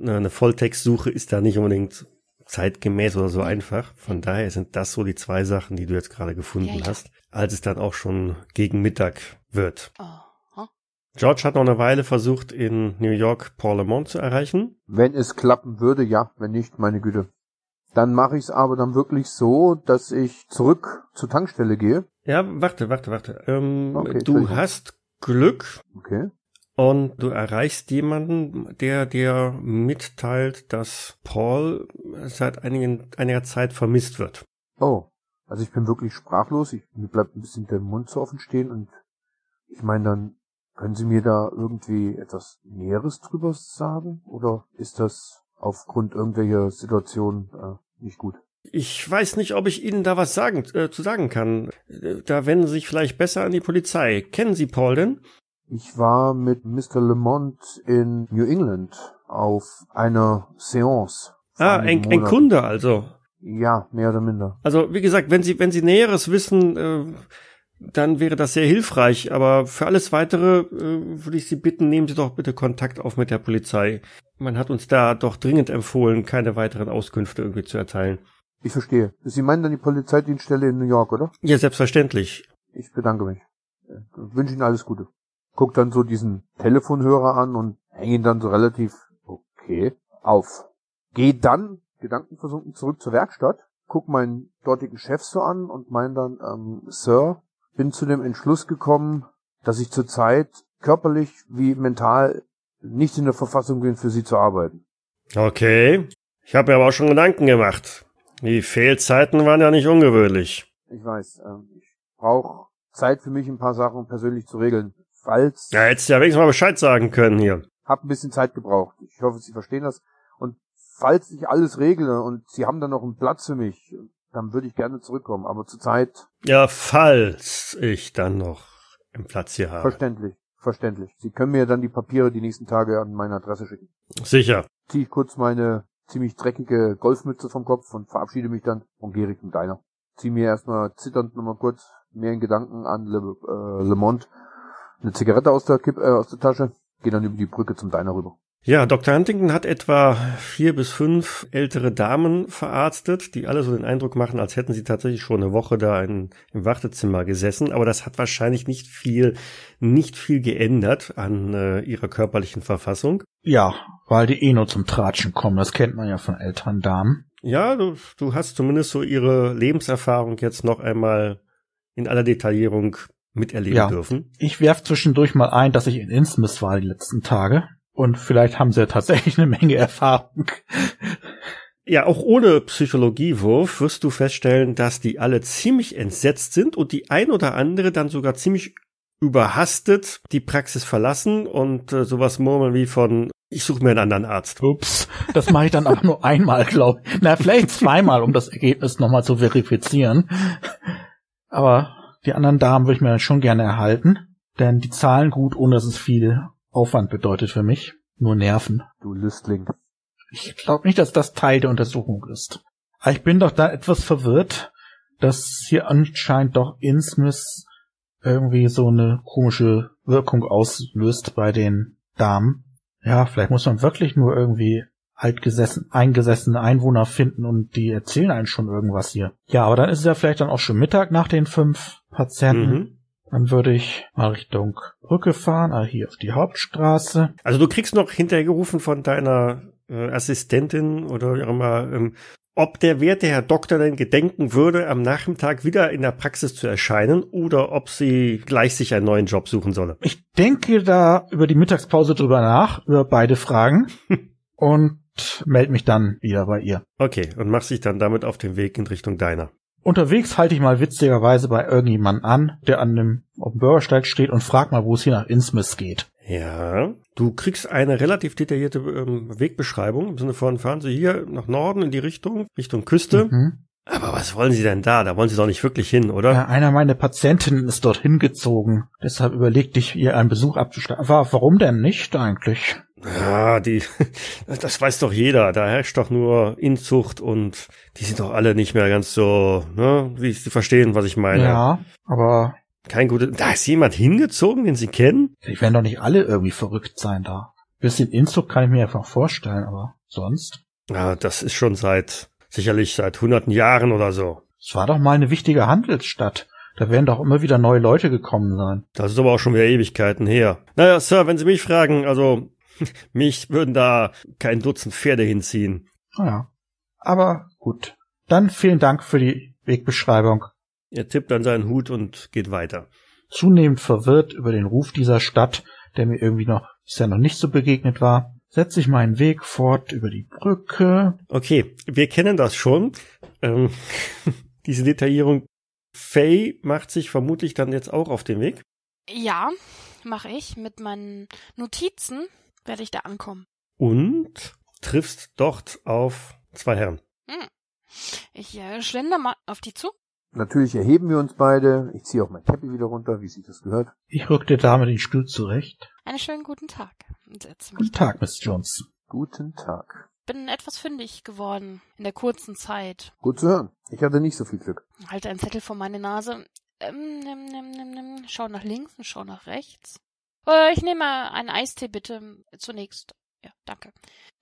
Speaker 1: äh, eine Volltextsuche ist da nicht unbedingt zeitgemäß oder so einfach. Von daher sind das so die zwei Sachen, die du jetzt gerade gefunden
Speaker 4: Ja, ja.
Speaker 1: hast, als es dann auch schon gegen Mittag wird.
Speaker 4: Oh.
Speaker 1: George hat noch eine Weile versucht, in New York Paul Lamont zu erreichen.
Speaker 3: Wenn es klappen würde, ja, wenn nicht, meine Güte. Dann mache ich es aber dann wirklich so, dass ich zurück zur Tankstelle gehe.
Speaker 1: Ja, warte, warte, warte. Ähm,
Speaker 3: Okay,
Speaker 1: du
Speaker 3: Entschuldigung.
Speaker 1: hast Glück
Speaker 3: Okay.
Speaker 1: und du erreichst jemanden, der dir mitteilt, dass Paul seit einigen, einiger Zeit vermisst wird.
Speaker 3: Oh. Also ich bin wirklich sprachlos. Ich, mir bleibt ein bisschen der Mund zu offen stehen und ich meine dann, können Sie mir da irgendwie etwas Näheres drüber sagen? Oder ist das aufgrund irgendwelcher Situationen äh, nicht gut?
Speaker 1: Ich weiß nicht, ob ich Ihnen da was sagen, äh, zu sagen kann. Äh, Da wenden Sie sich vielleicht besser an die Polizei. Kennen Sie Paul denn?
Speaker 3: Ich war mit Mr. Lemont in New England auf einer Seance. vor
Speaker 1: Ah,
Speaker 3: einigen
Speaker 1: ein, ein
Speaker 3: Monaten.
Speaker 1: Kunde also.
Speaker 3: Ja, mehr oder minder.
Speaker 1: Also, wie gesagt, wenn Sie, wenn Sie Näheres wissen, äh, dann wäre das sehr hilfreich. Aber für alles Weitere äh, würde ich Sie bitten, nehmen Sie doch bitte Kontakt auf mit der Polizei. Man hat uns da doch dringend empfohlen, keine weiteren Auskünfte irgendwie zu erteilen.
Speaker 3: Ich verstehe. Sie meinen dann die Polizeidienststelle in New York, oder?
Speaker 1: Ja, selbstverständlich.
Speaker 3: Ich bedanke mich. Äh, Wünsche Ihnen alles Gute. Guck dann so diesen Telefonhörer an und häng ihn dann so relativ okay auf. Geh dann, gedankenversunken, zurück zur Werkstatt, guck meinen dortigen Chef so an und mein dann, ähm, Sir, bin zu dem Entschluss gekommen, dass ich zurzeit körperlich wie mental nicht in der Verfassung bin, für Sie zu arbeiten.
Speaker 1: Okay. Ich habe mir aber auch schon Gedanken gemacht. Die Fehlzeiten waren ja nicht ungewöhnlich.
Speaker 3: Ich weiß, ähm, ich brauche Zeit für mich, ein paar Sachen persönlich zu regeln. Falls
Speaker 1: Ja, hättest du ja wenigstens mal Bescheid sagen können hier.
Speaker 3: hab ein bisschen Zeit gebraucht. Ich hoffe, Sie verstehen das. Und falls ich alles regle und Sie haben dann noch einen Platz für mich, dann würde ich gerne zurückkommen. Aber zurzeit
Speaker 1: Ja, falls ich dann noch einen Platz hier habe.
Speaker 3: verständlich, verständlich. Sie können mir dann die Papiere die nächsten Tage an meine Adresse schicken.
Speaker 1: Sicher.
Speaker 3: Ziehe ich kurz meine ziemlich dreckige Golfmütze vom Kopf und verabschiede mich dann und gehe Richtung Diner. Zieh mir erstmal zitternd nochmal kurz mehr in Gedanken an Le, äh, Le Monde eine Zigarette aus der, Kipp, äh, aus der Tasche, gehe dann über die Brücke zum Diner rüber.
Speaker 1: Ja, Dr. Huntington hat etwa vier bis fünf ältere Damen verarztet, die alle so den Eindruck machen, als hätten sie tatsächlich schon eine Woche da in, im Wartezimmer gesessen. Aber das hat wahrscheinlich nicht viel, nicht viel geändert an äh, ihrer körperlichen Verfassung.
Speaker 2: Ja, weil die eh nur zum Tratschen kommen. Das kennt man ja von Elterndamen.
Speaker 1: Ja, du, du hast zumindest so ihre Lebenserfahrung jetzt noch einmal in aller Detaillierung miterleben
Speaker 2: Ja.
Speaker 1: dürfen.
Speaker 2: Ich werf zwischendurch mal ein, dass ich in Innsmouth war die letzten Tage. Und vielleicht haben sie ja tatsächlich eine Menge Erfahrung.
Speaker 1: Ja, auch ohne Psychologiewurf wirst du feststellen, dass die alle ziemlich entsetzt sind und die ein oder andere dann sogar ziemlich überhastet die Praxis verlassen und äh, sowas murmeln wie von ich suche mir einen anderen Arzt.
Speaker 2: Ups, das mache ich dann aber nur einmal, glaube ich. Na, vielleicht zweimal, um das Ergebnis nochmal zu verifizieren. Aber die anderen Damen würde ich mir dann schon gerne erhalten, denn die zahlen gut, ohne dass es viel Aufwand bedeutet für mich. Nur Nerven.
Speaker 3: Du Lüstling.
Speaker 2: Ich glaube nicht, dass das Teil der Untersuchung ist. Aber Ah, ich bin doch da etwas verwirrt, dass hier anscheinend doch Innsmouth irgendwie so eine komische Wirkung auslöst bei den Damen. Ja, vielleicht muss man wirklich nur irgendwie altgesessen, eingesessene Einwohner finden und die erzählen einen schon irgendwas hier. Ja, aber dann ist es ja vielleicht dann auch schon Mittag nach den fünf Patienten.
Speaker 1: Mhm.
Speaker 2: Dann würde ich mal Richtung Brücke fahren, ah, hier auf die Hauptstraße.
Speaker 1: Also du kriegst noch hintergerufen von deiner äh, Assistentin oder wie auch immer, ähm, ob der werte Herr Doktor denn gedenken würde, am Nachmittag wieder in der Praxis zu erscheinen oder ob sie gleich sich einen neuen Job suchen solle.
Speaker 2: Ich denke da über die Mittagspause drüber nach, über beide Fragen und melde mich dann wieder bei ihr.
Speaker 1: Okay, und machst dich dann damit auf den Weg in Richtung deiner.
Speaker 2: Unterwegs halte ich mal witzigerweise bei irgendjemandem an, der an dem, auf dem Bürgersteig steht und frag mal, wo es hier nach Innsmouth geht.
Speaker 1: Ja, du kriegst eine relativ detaillierte ähm, Wegbeschreibung im Sinne von fahren Sie hier nach Norden in die Richtung, Richtung Küste.
Speaker 2: Mhm.
Speaker 1: Aber was wollen Sie denn da? Da wollen Sie doch nicht wirklich hin, oder?
Speaker 2: Ja, einer meiner Patientinnen ist dorthin gezogen. Deshalb überlegte ich, ihr einen Besuch abzustatten. Wa- Warum denn nicht eigentlich?
Speaker 1: Ja, die, das weiß doch jeder. Da herrscht doch nur Inzucht und die sind doch alle nicht mehr ganz so, ne? Sie, sie verstehen, was ich meine.
Speaker 2: Ja, aber
Speaker 1: Kein gutes. Da ist jemand hingezogen, den Sie kennen?
Speaker 2: die werden doch nicht alle irgendwie verrückt sein da. Bisschen Inzug kann ich mir einfach vorstellen, aber sonst?
Speaker 1: Ja, das ist schon seit, sicherlich seit hunderten Jahren oder so.
Speaker 2: Es war doch mal eine wichtige Handelsstadt. Da werden doch immer wieder neue Leute gekommen sein.
Speaker 1: Das ist aber auch schon wieder Ewigkeiten her. Naja, Sir, wenn Sie mich fragen, also mich würden da kein Dutzend Pferde hinziehen.
Speaker 2: Naja. Aber gut. Dann vielen Dank für die Wegbeschreibung.
Speaker 1: Er tippt an seinen Hut und geht weiter.
Speaker 2: Zunehmend verwirrt über den Ruf dieser Stadt, der mir irgendwie noch bisher noch nicht so begegnet war, setze ich meinen Weg fort über die Brücke.
Speaker 1: Okay, wir kennen das schon. Ähm, diese Detaillierung. Faye macht sich vermutlich dann jetzt auch auf den Weg.
Speaker 4: Ja, mache ich. Mit meinen Notizen werde ich da ankommen.
Speaker 1: Und triffst dort auf zwei Herren.
Speaker 4: Ich äh, schlender mal auf die zu.
Speaker 3: Natürlich erheben wir uns beide. Ich ziehe auch mein Teppich wieder runter, wie sich das gehört.
Speaker 2: Ich rückte damit den Stuhl zurecht.
Speaker 4: Einen schönen guten Tag. Und setze mich.
Speaker 2: Guten Tag, Miss Jones.
Speaker 3: Guten Tag.
Speaker 4: Bin etwas fündig geworden in der kurzen Zeit.
Speaker 3: Gut zu hören. Ich hatte nicht so viel Glück.
Speaker 4: Halte einen Zettel vor meine Nase. Ähm, nimm, nimm, nimm, nimm. Schau nach links und schau nach rechts. Äh, ich nehme einen Eistee bitte zunächst. Ja, danke.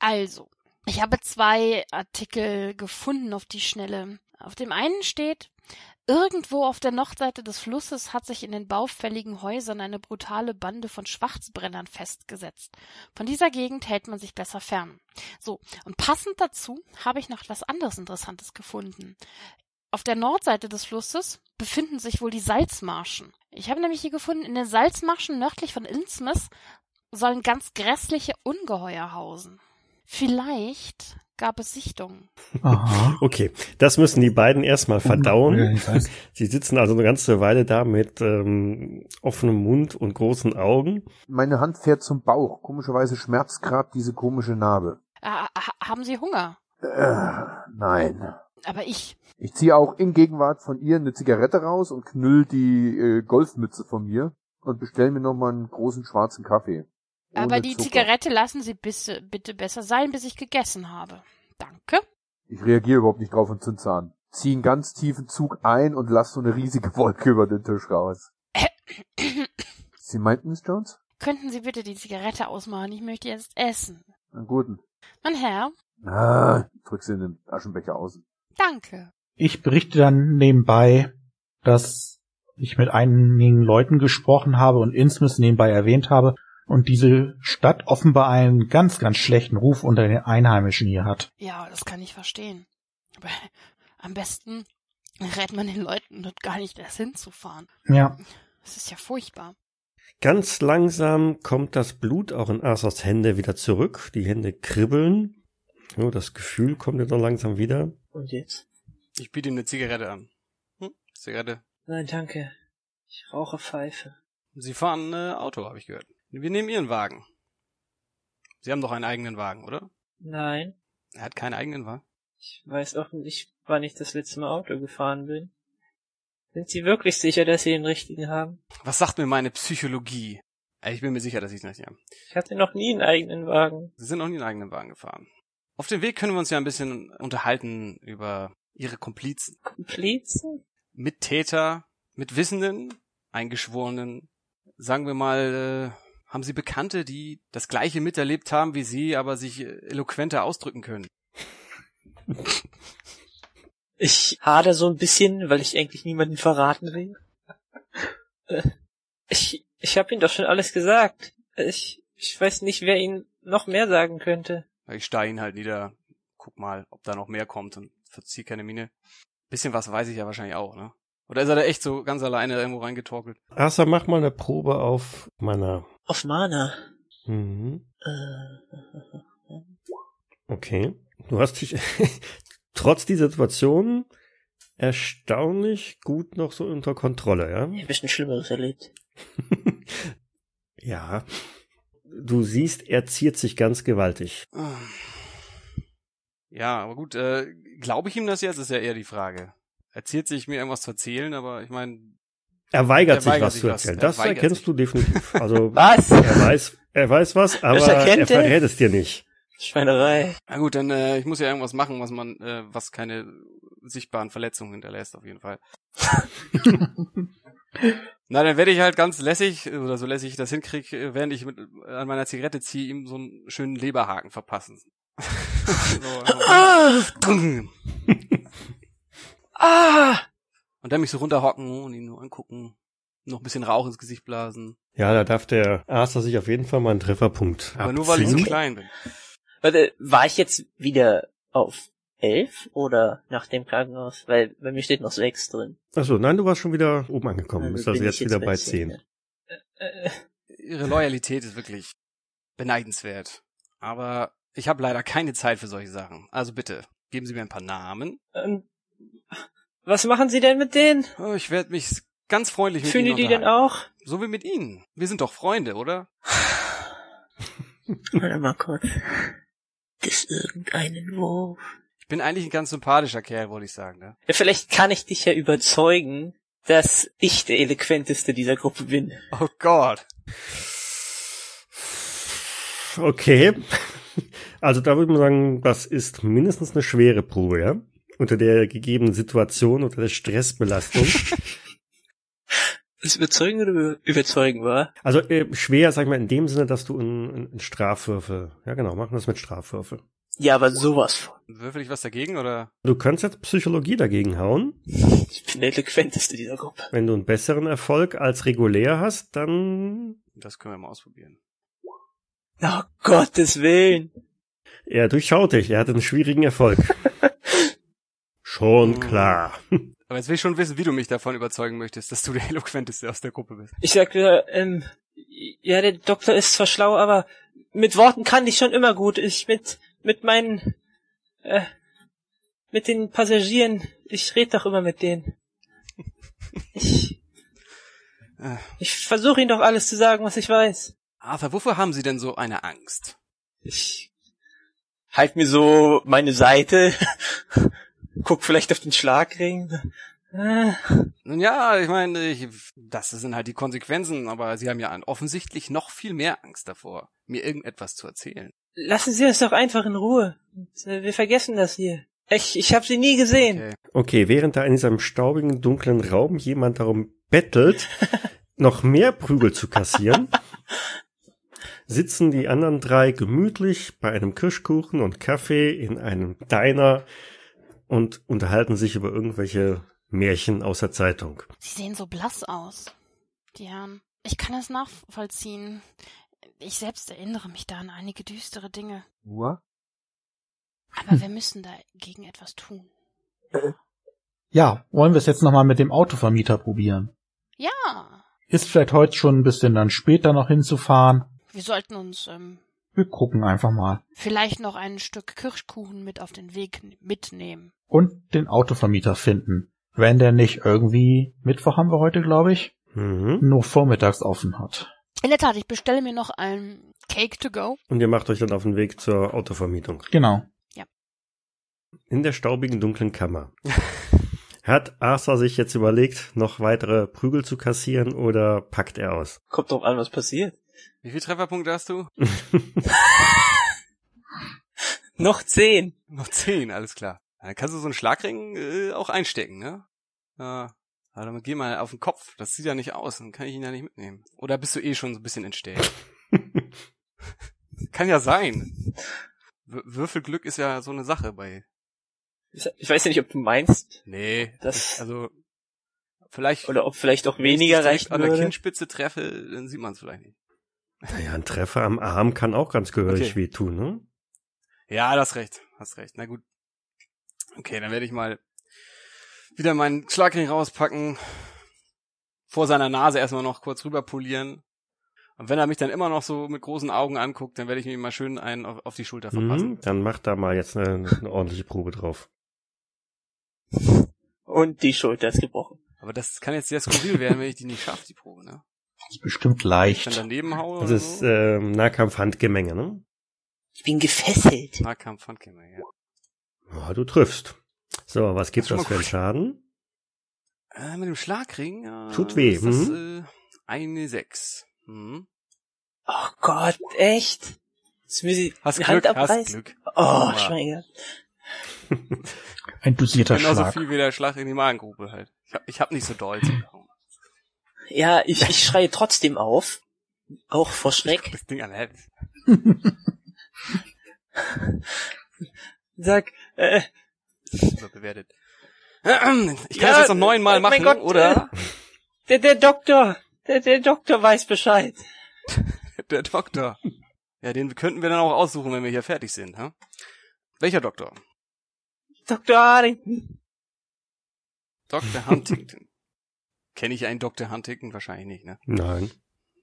Speaker 4: Also, ich habe zwei Artikel gefunden auf die Schnelle. Auf dem einen steht, irgendwo auf der Nordseite des Flusses hat sich in den baufälligen Häusern eine brutale Bande von Schwarzbrennern festgesetzt. Von dieser Gegend hält man sich besser fern. So, und passend dazu habe ich noch etwas anderes Interessantes gefunden. Auf der Nordseite des Flusses befinden sich wohl die Salzmarschen. Ich habe nämlich hier gefunden, in den Salzmarschen nördlich von Innsmouth sollen ganz grässliche Ungeheuer hausen. Vielleicht gab es Sichtungen.
Speaker 2: Aha.
Speaker 1: Okay, das müssen die beiden erstmal verdauen.
Speaker 2: Ja, ich weiß.
Speaker 1: Sie sitzen also eine ganze Weile da mit ähm, offenem Mund und großen Augen.
Speaker 3: Meine Hand fährt zum Bauch. Komischerweise schmerzt grad diese komische Narbe.
Speaker 4: Äh, ha- haben Sie Hunger?
Speaker 3: Äh, nein.
Speaker 4: Aber ich.
Speaker 3: Ich ziehe auch in Gegenwart von ihr eine Zigarette raus und knüll die äh, Golfmütze von mir und bestell mir nochmal einen großen schwarzen Kaffee. Ohne
Speaker 4: Aber die
Speaker 3: Zucker.
Speaker 4: Zigarette lassen Sie bitte, bitte besser sein, bis ich gegessen habe. Danke.
Speaker 3: Ich reagiere überhaupt nicht drauf und zünd's an. Zieh einen ganz tiefen Zug ein und lass so eine riesige Wolke über den Tisch raus. Sie meinten es, Jones?
Speaker 4: Könnten Sie bitte die Zigarette ausmachen? Ich möchte jetzt essen.
Speaker 3: Einen guten.
Speaker 4: Mein Herr,
Speaker 3: Ah, drück sie in den Aschenbecher aus.
Speaker 4: danke.
Speaker 2: Ich berichte dann nebenbei, dass ich mit einigen Leuten gesprochen habe und Innsmouth nebenbei erwähnt habe und diese Stadt offenbar einen ganz, ganz schlechten Ruf unter den Einheimischen hier hat.
Speaker 4: Ja, das kann ich verstehen. Aber am besten rät man den Leuten dort gar nicht erst hinzufahren.
Speaker 2: Ja,
Speaker 4: Das ist ja furchtbar.
Speaker 1: Ganz langsam kommt das Blut auch in Asas Hände wieder zurück. Die Hände kribbeln. Ja, das Gefühl kommt ja dann langsam wieder.
Speaker 5: Und jetzt?
Speaker 6: Ich biete ihm eine Zigarette an. Hm? Zigarette.
Speaker 5: Nein, danke. Ich rauche Pfeife.
Speaker 6: Sie fahren äh, Auto, habe ich gehört. Wir nehmen Ihren Wagen. Sie haben doch einen eigenen Wagen, oder?
Speaker 5: Nein.
Speaker 6: Er hat keinen eigenen Wagen.
Speaker 5: Ich weiß auch nicht, wann ich das letzte Mal Auto gefahren bin. Sind Sie wirklich sicher, dass Sie den richtigen haben?
Speaker 6: Was sagt mir meine Psychologie? Äh, Ich bin mir sicher, dass Sie es nicht haben.
Speaker 5: Ich hatte noch nie einen eigenen Wagen.
Speaker 6: Sie sind noch nie einen eigenen Wagen gefahren. Auf dem Weg können wir uns ja ein bisschen unterhalten über Ihre Komplizen.
Speaker 5: Komplizen?
Speaker 6: Mittäter, Mitwissenden, Eingeschworenen. Sagen wir mal, äh, haben Sie Bekannte, die das Gleiche miterlebt haben wie Sie, aber sich äh, eloquenter ausdrücken können?
Speaker 5: Ich hader so ein bisschen, weil ich eigentlich niemanden verraten will. Äh, Ich, ich habe Ihnen doch schon alles gesagt. Ich, ich weiß nicht, wer Ihnen noch mehr sagen könnte.
Speaker 6: Ich starr ihn halt nieder, guck mal, ob da noch mehr kommt und verzieh keine Miene. Bisschen was weiß ich ja wahrscheinlich auch, ne? Oder ist er da echt so ganz alleine irgendwo reingetorkelt?
Speaker 1: Asa, mach mal eine Probe auf Mana.
Speaker 5: Auf Mana.
Speaker 1: Mhm.
Speaker 5: Äh,
Speaker 1: Okay. Du hast dich trotz dieser Situation erstaunlich gut noch so unter Kontrolle, ja?
Speaker 5: ein bisschen Schlimmeres erlebt.
Speaker 1: Ja. Du siehst, er ziert sich ganz gewaltig.
Speaker 6: Ja, aber gut, äh, glaube ich ihm das jetzt, ist ja eher die Frage. Erzählt sich mir irgendwas zu erzählen, aber ich meine,
Speaker 1: Er weigert
Speaker 6: Er
Speaker 1: sich,
Speaker 6: weigert
Speaker 1: was
Speaker 6: sich
Speaker 1: zu
Speaker 6: was.
Speaker 1: erzählen.
Speaker 6: Er
Speaker 1: Das
Speaker 6: weigert
Speaker 1: erkennst
Speaker 6: sich.
Speaker 1: du definitiv. Also
Speaker 5: Was?
Speaker 1: er weiß, er weiß was, aber
Speaker 5: erkennt
Speaker 1: er
Speaker 5: er.
Speaker 1: verrät es dir nicht.
Speaker 5: Schweinerei.
Speaker 6: na gut, dann äh, ich muss ja irgendwas machen, was man, äh, was keine sichtbaren Verletzungen hinterlässt, auf jeden Fall. Na, dann werde ich halt ganz lässig, oder so lässig ich das hinkriege, äh, während ich mit, äh, an meiner Zigarette ziehe, ihm so einen schönen Leberhaken verpassen. so,
Speaker 5: Ah!
Speaker 6: so.
Speaker 5: Ah!
Speaker 6: Und dann mich so runterhocken und ihn nur angucken. Noch ein bisschen Rauch ins Gesicht blasen.
Speaker 1: Ja, da darf der Asa sich auf jeden Fall mal einen Trefferpunkt
Speaker 6: Aber nur weil ich so
Speaker 1: abziehen.
Speaker 6: klein bin.
Speaker 5: Warte, äh, war ich jetzt wieder auf elf oder nach dem Krankenhaus? Weil bei mir steht noch sechs drin.
Speaker 1: Achso, nein, du warst schon wieder oben angekommen.
Speaker 5: Also
Speaker 1: Bist also
Speaker 5: bin
Speaker 1: jetzt
Speaker 5: ich
Speaker 1: wieder bei
Speaker 5: bei
Speaker 1: 10.
Speaker 5: Äh, äh,
Speaker 6: Ihre Loyalität ist wirklich beneidenswert. Aber ich habe leider keine Zeit für solche Sachen. Also bitte, geben Sie mir ein paar Namen.
Speaker 5: ähm, was machen Sie denn mit denen?
Speaker 6: Oh, ich werde mich ganz freundlich mit
Speaker 5: Fühlen die
Speaker 6: Ihnen
Speaker 5: die denn auch?
Speaker 6: auch? So wie mit Ihnen. Wir sind doch Freunde, oder?
Speaker 5: Warte mal kurz. Das irgendeinen Wurf.
Speaker 6: Ich bin eigentlich ein ganz sympathischer Kerl, wollte ich sagen. Ne?
Speaker 5: Ja, vielleicht kann ich dich ja überzeugen, dass ich der eloquenteste dieser Gruppe bin.
Speaker 6: Oh Gott.
Speaker 1: Okay. Also da würde man sagen, das ist mindestens eine schwere Probe, ja? Unter der gegebenen Situation, unter der Stressbelastung.
Speaker 5: Ist überzeugen oder über- überzeugen war?
Speaker 1: Also äh, schwer, sag ich mal, in dem Sinne, dass du einen ein Strafwürfel. Ja, genau, machen wir das mit Strafwürfel.
Speaker 5: Ja, aber sowas von.
Speaker 6: Würfel ich was dagegen, oder?
Speaker 1: Du kannst jetzt Psychologie dagegen hauen.
Speaker 5: Ich bin der eloquenteste dieser Gruppe.
Speaker 1: Wenn du einen besseren Erfolg als regulär hast, dann
Speaker 6: Das können wir mal ausprobieren.
Speaker 5: Oh Gottes Willen.
Speaker 1: er durchschaut dich. Er hat einen schwierigen Erfolg. Schon
Speaker 6: Hm.
Speaker 1: klar.
Speaker 6: Aber jetzt will ich schon wissen, wie du mich davon überzeugen möchtest, dass du der Eloquenteste aus der Gruppe bist.
Speaker 5: Ich sagte, ähm, ja, der Doktor ist zwar schlau, aber mit Worten kann ich schon immer gut. Ich mit, mit meinen, äh, mit den Passagieren, ich rede doch immer mit denen. Ich,
Speaker 6: Äh.
Speaker 5: ich versuche ihnen doch alles zu sagen, was ich weiß.
Speaker 6: Arthur, wofür haben Sie denn so eine Angst?
Speaker 5: Ich halt mir so meine Seite, guck vielleicht auf den Schlagring. Äh,
Speaker 6: Nun ja, ich meine, ich, das sind halt die Konsequenzen, aber Sie haben ja an- offensichtlich noch viel mehr Angst davor, mir irgendetwas zu erzählen.
Speaker 5: Lassen Sie uns doch einfach in Ruhe. Und, äh, wir vergessen das hier. Ich, ich habe sie nie gesehen.
Speaker 6: Okay.
Speaker 1: Okay, während da in diesem staubigen, dunklen Raum jemand darum bettelt, noch mehr Prügel zu kassieren, sitzen die anderen drei gemütlich bei einem Kirschkuchen und Kaffee in einem Diner und unterhalten sich über irgendwelche Märchen aus der Zeitung.
Speaker 4: Sie sehen so blass aus. Die Herren. Ich kann das nachvollziehen. Ich selbst erinnere mich da an einige düstere Dinge.
Speaker 3: Nur?
Speaker 4: Aber wir müssen dagegen etwas tun.
Speaker 2: Ja, wollen wir es jetzt nochmal mit dem Autovermieter probieren?
Speaker 4: Ja.
Speaker 2: Ist vielleicht heute schon ein bisschen dann später noch hinzufahren.
Speaker 4: Wir sollten uns ähm,
Speaker 2: Wir gucken einfach mal.
Speaker 4: vielleicht noch ein Stück Kirschkuchen mit auf den Weg n- mitnehmen.
Speaker 2: Und den Autovermieter finden. Wenn der nicht irgendwie, Mittwoch haben wir heute, glaube ich,
Speaker 1: Mhm.
Speaker 2: nur vormittags offen hat.
Speaker 4: In der Tat, ich bestelle mir noch ein Cake to go.
Speaker 1: Und ihr macht euch dann auf den Weg zur Autovermietung.
Speaker 2: Genau.
Speaker 1: In der staubigen, dunklen Kammer. Hat Arthur sich jetzt überlegt, noch weitere Prügel zu kassieren oder packt er aus?
Speaker 5: Kommt drauf an, was passiert.
Speaker 6: Wie viel Trefferpunkte hast du?
Speaker 5: Noch zehn.
Speaker 6: Noch zehn, alles klar. Dann kannst du so einen Schlagring äh, auch einstecken, ne? Äh, aber dann geh mal auf den Kopf. Das sieht ja nicht aus. Dann kann ich ihn ja nicht mitnehmen. Oder bist du eh schon so ein bisschen entstellt? kann ja sein. W Würfelglück ist ja so eine Sache bei.
Speaker 5: Ich weiß ja nicht, ob du meinst,
Speaker 6: Nee,
Speaker 5: Das-
Speaker 6: also vielleicht
Speaker 5: oder ob vielleicht auch
Speaker 6: wenn ich dich
Speaker 5: weniger
Speaker 6: direkt
Speaker 5: reichen
Speaker 6: an der
Speaker 5: würde.
Speaker 6: Kinnspitze treffe, dann sieht man es vielleicht nicht.
Speaker 1: Naja, ein Treffer am Arm kann auch ganz gehörig
Speaker 6: Okay.
Speaker 1: weh tun, ne?
Speaker 6: Ja, das recht, hast recht. Na gut. Okay, dann werde ich mal wieder meinen Schlagring rauspacken, vor seiner Nase erstmal noch kurz rüber polieren. Und wenn er mich dann immer noch so mit großen Augen anguckt, dann werde ich ihm mal schön einen auf, auf die Schulter verpassen.
Speaker 1: Mhm. Dann macht da mal jetzt eine, eine ordentliche Probe drauf.
Speaker 5: Und die Schulter ist gebrochen.
Speaker 6: Aber das kann jetzt sehr skurril werden, wenn ich die nicht schaffe, die Probe, ne?
Speaker 2: Ist bestimmt
Speaker 6: Wenn ich dann
Speaker 2: leicht.
Speaker 6: daneben haue
Speaker 1: Das
Speaker 6: oder
Speaker 1: ist
Speaker 6: so.
Speaker 1: ähm, Nahkampf-Handgemenge, ne?
Speaker 5: Ich bin gefesselt.
Speaker 6: Nahkampf, Handkämme, ja.
Speaker 1: Ja, du triffst. So, was gibt
Speaker 6: Schon
Speaker 1: das
Speaker 6: mal
Speaker 1: für einen
Speaker 6: gut.
Speaker 1: Schaden?
Speaker 6: Äh, mit dem Schlagring, äh,
Speaker 1: Tut weh,
Speaker 6: Ist das, äh,
Speaker 1: mhm.
Speaker 6: eine Sechs. Mhm.
Speaker 5: Oh Gott, echt? Jetzt muss ich
Speaker 6: Hast
Speaker 5: die
Speaker 6: Glück,
Speaker 5: Hand
Speaker 6: hast
Speaker 5: abreißen.
Speaker 6: Glück.
Speaker 5: Oh,
Speaker 6: Ja.
Speaker 5: Schweine.
Speaker 2: Ein dosierter
Speaker 6: Genauso
Speaker 2: Schlag.
Speaker 6: viel wie der Schlag in die Magengrube halt. Ich hab, ich hab nicht so doll zugehauen.
Speaker 5: Ja, ich, ich schreie trotzdem auf. Auch vor Schreck.
Speaker 6: Das Ding an der Hand.
Speaker 5: Sag, äh,
Speaker 6: ist überbewertet. Ich kann das
Speaker 5: Ja,
Speaker 6: jetzt noch neunmal
Speaker 5: oh mein
Speaker 6: machen,
Speaker 5: Gott,
Speaker 6: oder?
Speaker 5: der, der Doktor, der, der Doktor weiß Bescheid.
Speaker 6: Der Doktor. Ja, den könnten wir dann auch aussuchen, wenn wir hier fertig sind, ha? Welcher Doktor?
Speaker 5: Dr. Harrington.
Speaker 6: Dr. Huntington. Kenne ich einen Dr. Huntington? Wahrscheinlich nicht, ne?
Speaker 1: Nein.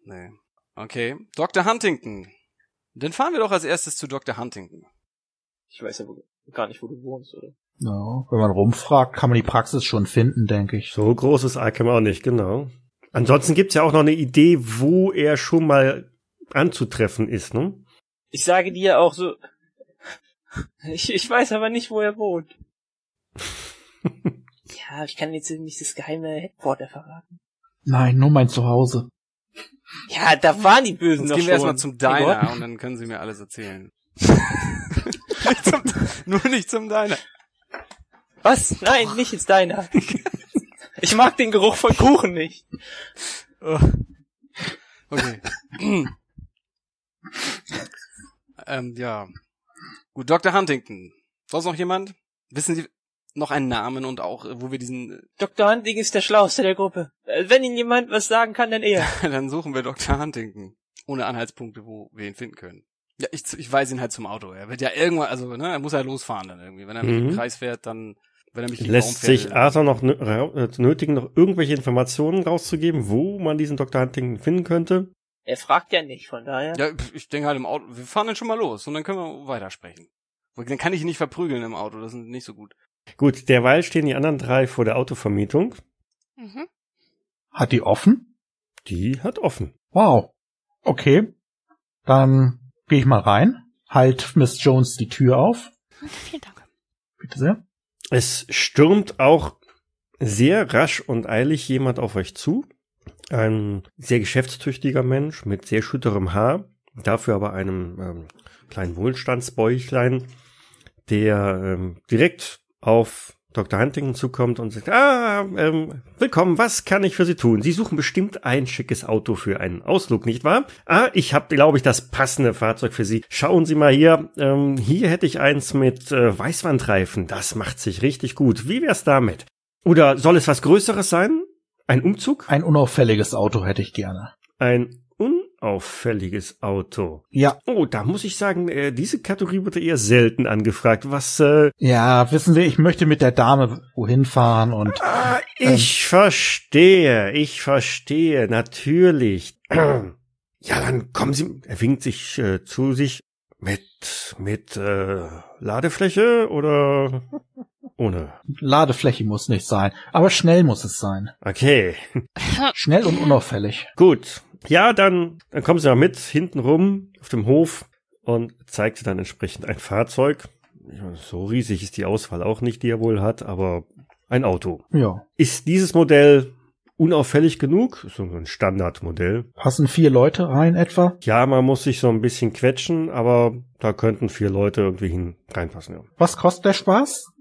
Speaker 6: Nee. Okay. Dr. Huntington. Dann fahren wir doch als erstes zu Dr. Huntington.
Speaker 5: Ich weiß ja wo, gar nicht, wo du wohnst, oder?
Speaker 2: Ja, wenn man rumfragt, kann man die Praxis schon finden, denke ich.
Speaker 1: So groß ist Arkham auch nicht, genau. Ansonsten gibt's ja auch noch eine Idee, wo er schon mal anzutreffen ist, ne?
Speaker 5: Ich sage dir auch so, ich, ich weiß aber nicht, wo er wohnt. ja, ich kann jetzt nicht das geheime Headquarter verraten.
Speaker 2: Nein, nur mein Zuhause.
Speaker 5: Ja, da waren die Bösen
Speaker 6: Sonst
Speaker 5: doch
Speaker 6: gehen wir
Speaker 5: schon.
Speaker 6: erstmal zum Diner
Speaker 5: Igor?
Speaker 6: und dann können sie mir alles erzählen. nicht zum, nur nicht zum Diner.
Speaker 5: Was? Nein, nicht ins Diner. ich mag den Geruch von Kuchen nicht.
Speaker 6: Oh. Okay. ähm, ja. Gut, Dr. Huntington. Sonst noch jemand? Wissen Sie noch einen Namen und auch, äh, wo wir diesen... äh,
Speaker 5: Dr. Hunting ist der Schlauste der Gruppe. Äh, Wenn ihn jemand was sagen kann, dann er.
Speaker 6: Dann suchen wir Dr. Huntington. Ohne Anhaltspunkte, wo wir ihn finden können. Ja, ich, ich weise ihn halt zum Auto. Er wird ja irgendwann, also, ne, er muss ja losfahren dann irgendwie. Wenn er mich im
Speaker 1: Mhm.
Speaker 6: Kreis fährt, dann, wenn er mich gegen den Baum
Speaker 1: Lässt
Speaker 6: fährt,
Speaker 1: sich
Speaker 6: dann-
Speaker 1: Arthur noch nö- ra- äh, nötigen, noch irgendwelche Informationen rauszugeben, wo man diesen Dr. Huntington finden könnte?
Speaker 5: Er fragt ja nicht, von daher.
Speaker 6: Ja, pf, ich denke halt im Auto, wir fahren dann schon mal los und dann können wir weitersprechen. Und Dann kann ich ihn nicht verprügeln im Auto, das ist nicht so gut.
Speaker 1: Gut, derweil stehen die anderen drei vor der Autovermietung.
Speaker 4: Mhm.
Speaker 2: Hat die offen?
Speaker 1: Die hat offen.
Speaker 2: Wow. Okay. Dann gehe ich mal rein, halt Miss Jones die Tür auf.
Speaker 4: Vielen Dank.
Speaker 2: Bitte sehr.
Speaker 1: Es stürmt auch sehr rasch und eilig jemand auf euch zu. Ein sehr geschäftstüchtiger Mensch mit sehr schütterem Haar, dafür aber einem ähm, kleinen Wohlstandsbäuchlein, der ähm, direkt auf Dr. Huntington zukommt und sagt, ah, ähm, willkommen, was kann ich für Sie tun? Sie suchen bestimmt ein schickes Auto für einen Ausflug, nicht wahr? Ah, ich habe, glaube ich, das passende Fahrzeug für Sie. Schauen Sie mal hier, ähm, hier hätte ich eins mit äh, Weißwandreifen, das macht sich richtig gut. Wie wär's damit? Oder soll es was Größeres sein? Ein Umzug?
Speaker 2: Ein unauffälliges Auto hätte ich gerne.
Speaker 1: Ein unauffälliges Auto.
Speaker 2: Ja.
Speaker 1: Oh, da muss ich sagen, äh, diese Kategorie wurde eher selten angefragt. Was, äh,
Speaker 2: Ja, wissen Sie, ich möchte mit der Dame wohin fahren und
Speaker 1: ah, ich verstehe, ich verstehe, natürlich. ja, dann kommen Sie, er winkt sich äh, zu sich mit, mit, äh, Ladefläche oder ohne?
Speaker 2: Ladefläche muss nicht sein. Aber schnell muss es sein.
Speaker 1: Okay.
Speaker 2: Schnell und unauffällig.
Speaker 1: Gut. Ja, dann, dann kommen sie mal mit, hinten rum, auf dem Hof und zeigt sie dann entsprechend ein Fahrzeug. Ich meine, So riesig ist die Auswahl auch nicht, die er wohl hat, aber ein Auto.
Speaker 2: Ja.
Speaker 1: Ist dieses Modell unauffällig genug? Ist so ein Standardmodell.
Speaker 2: Passen vier Leute rein etwa?
Speaker 1: Ja, man muss sich so ein bisschen quetschen, aber da könnten vier Leute irgendwie hin reinpassen.
Speaker 2: Was kostet der Spaß?
Speaker 1: Ja.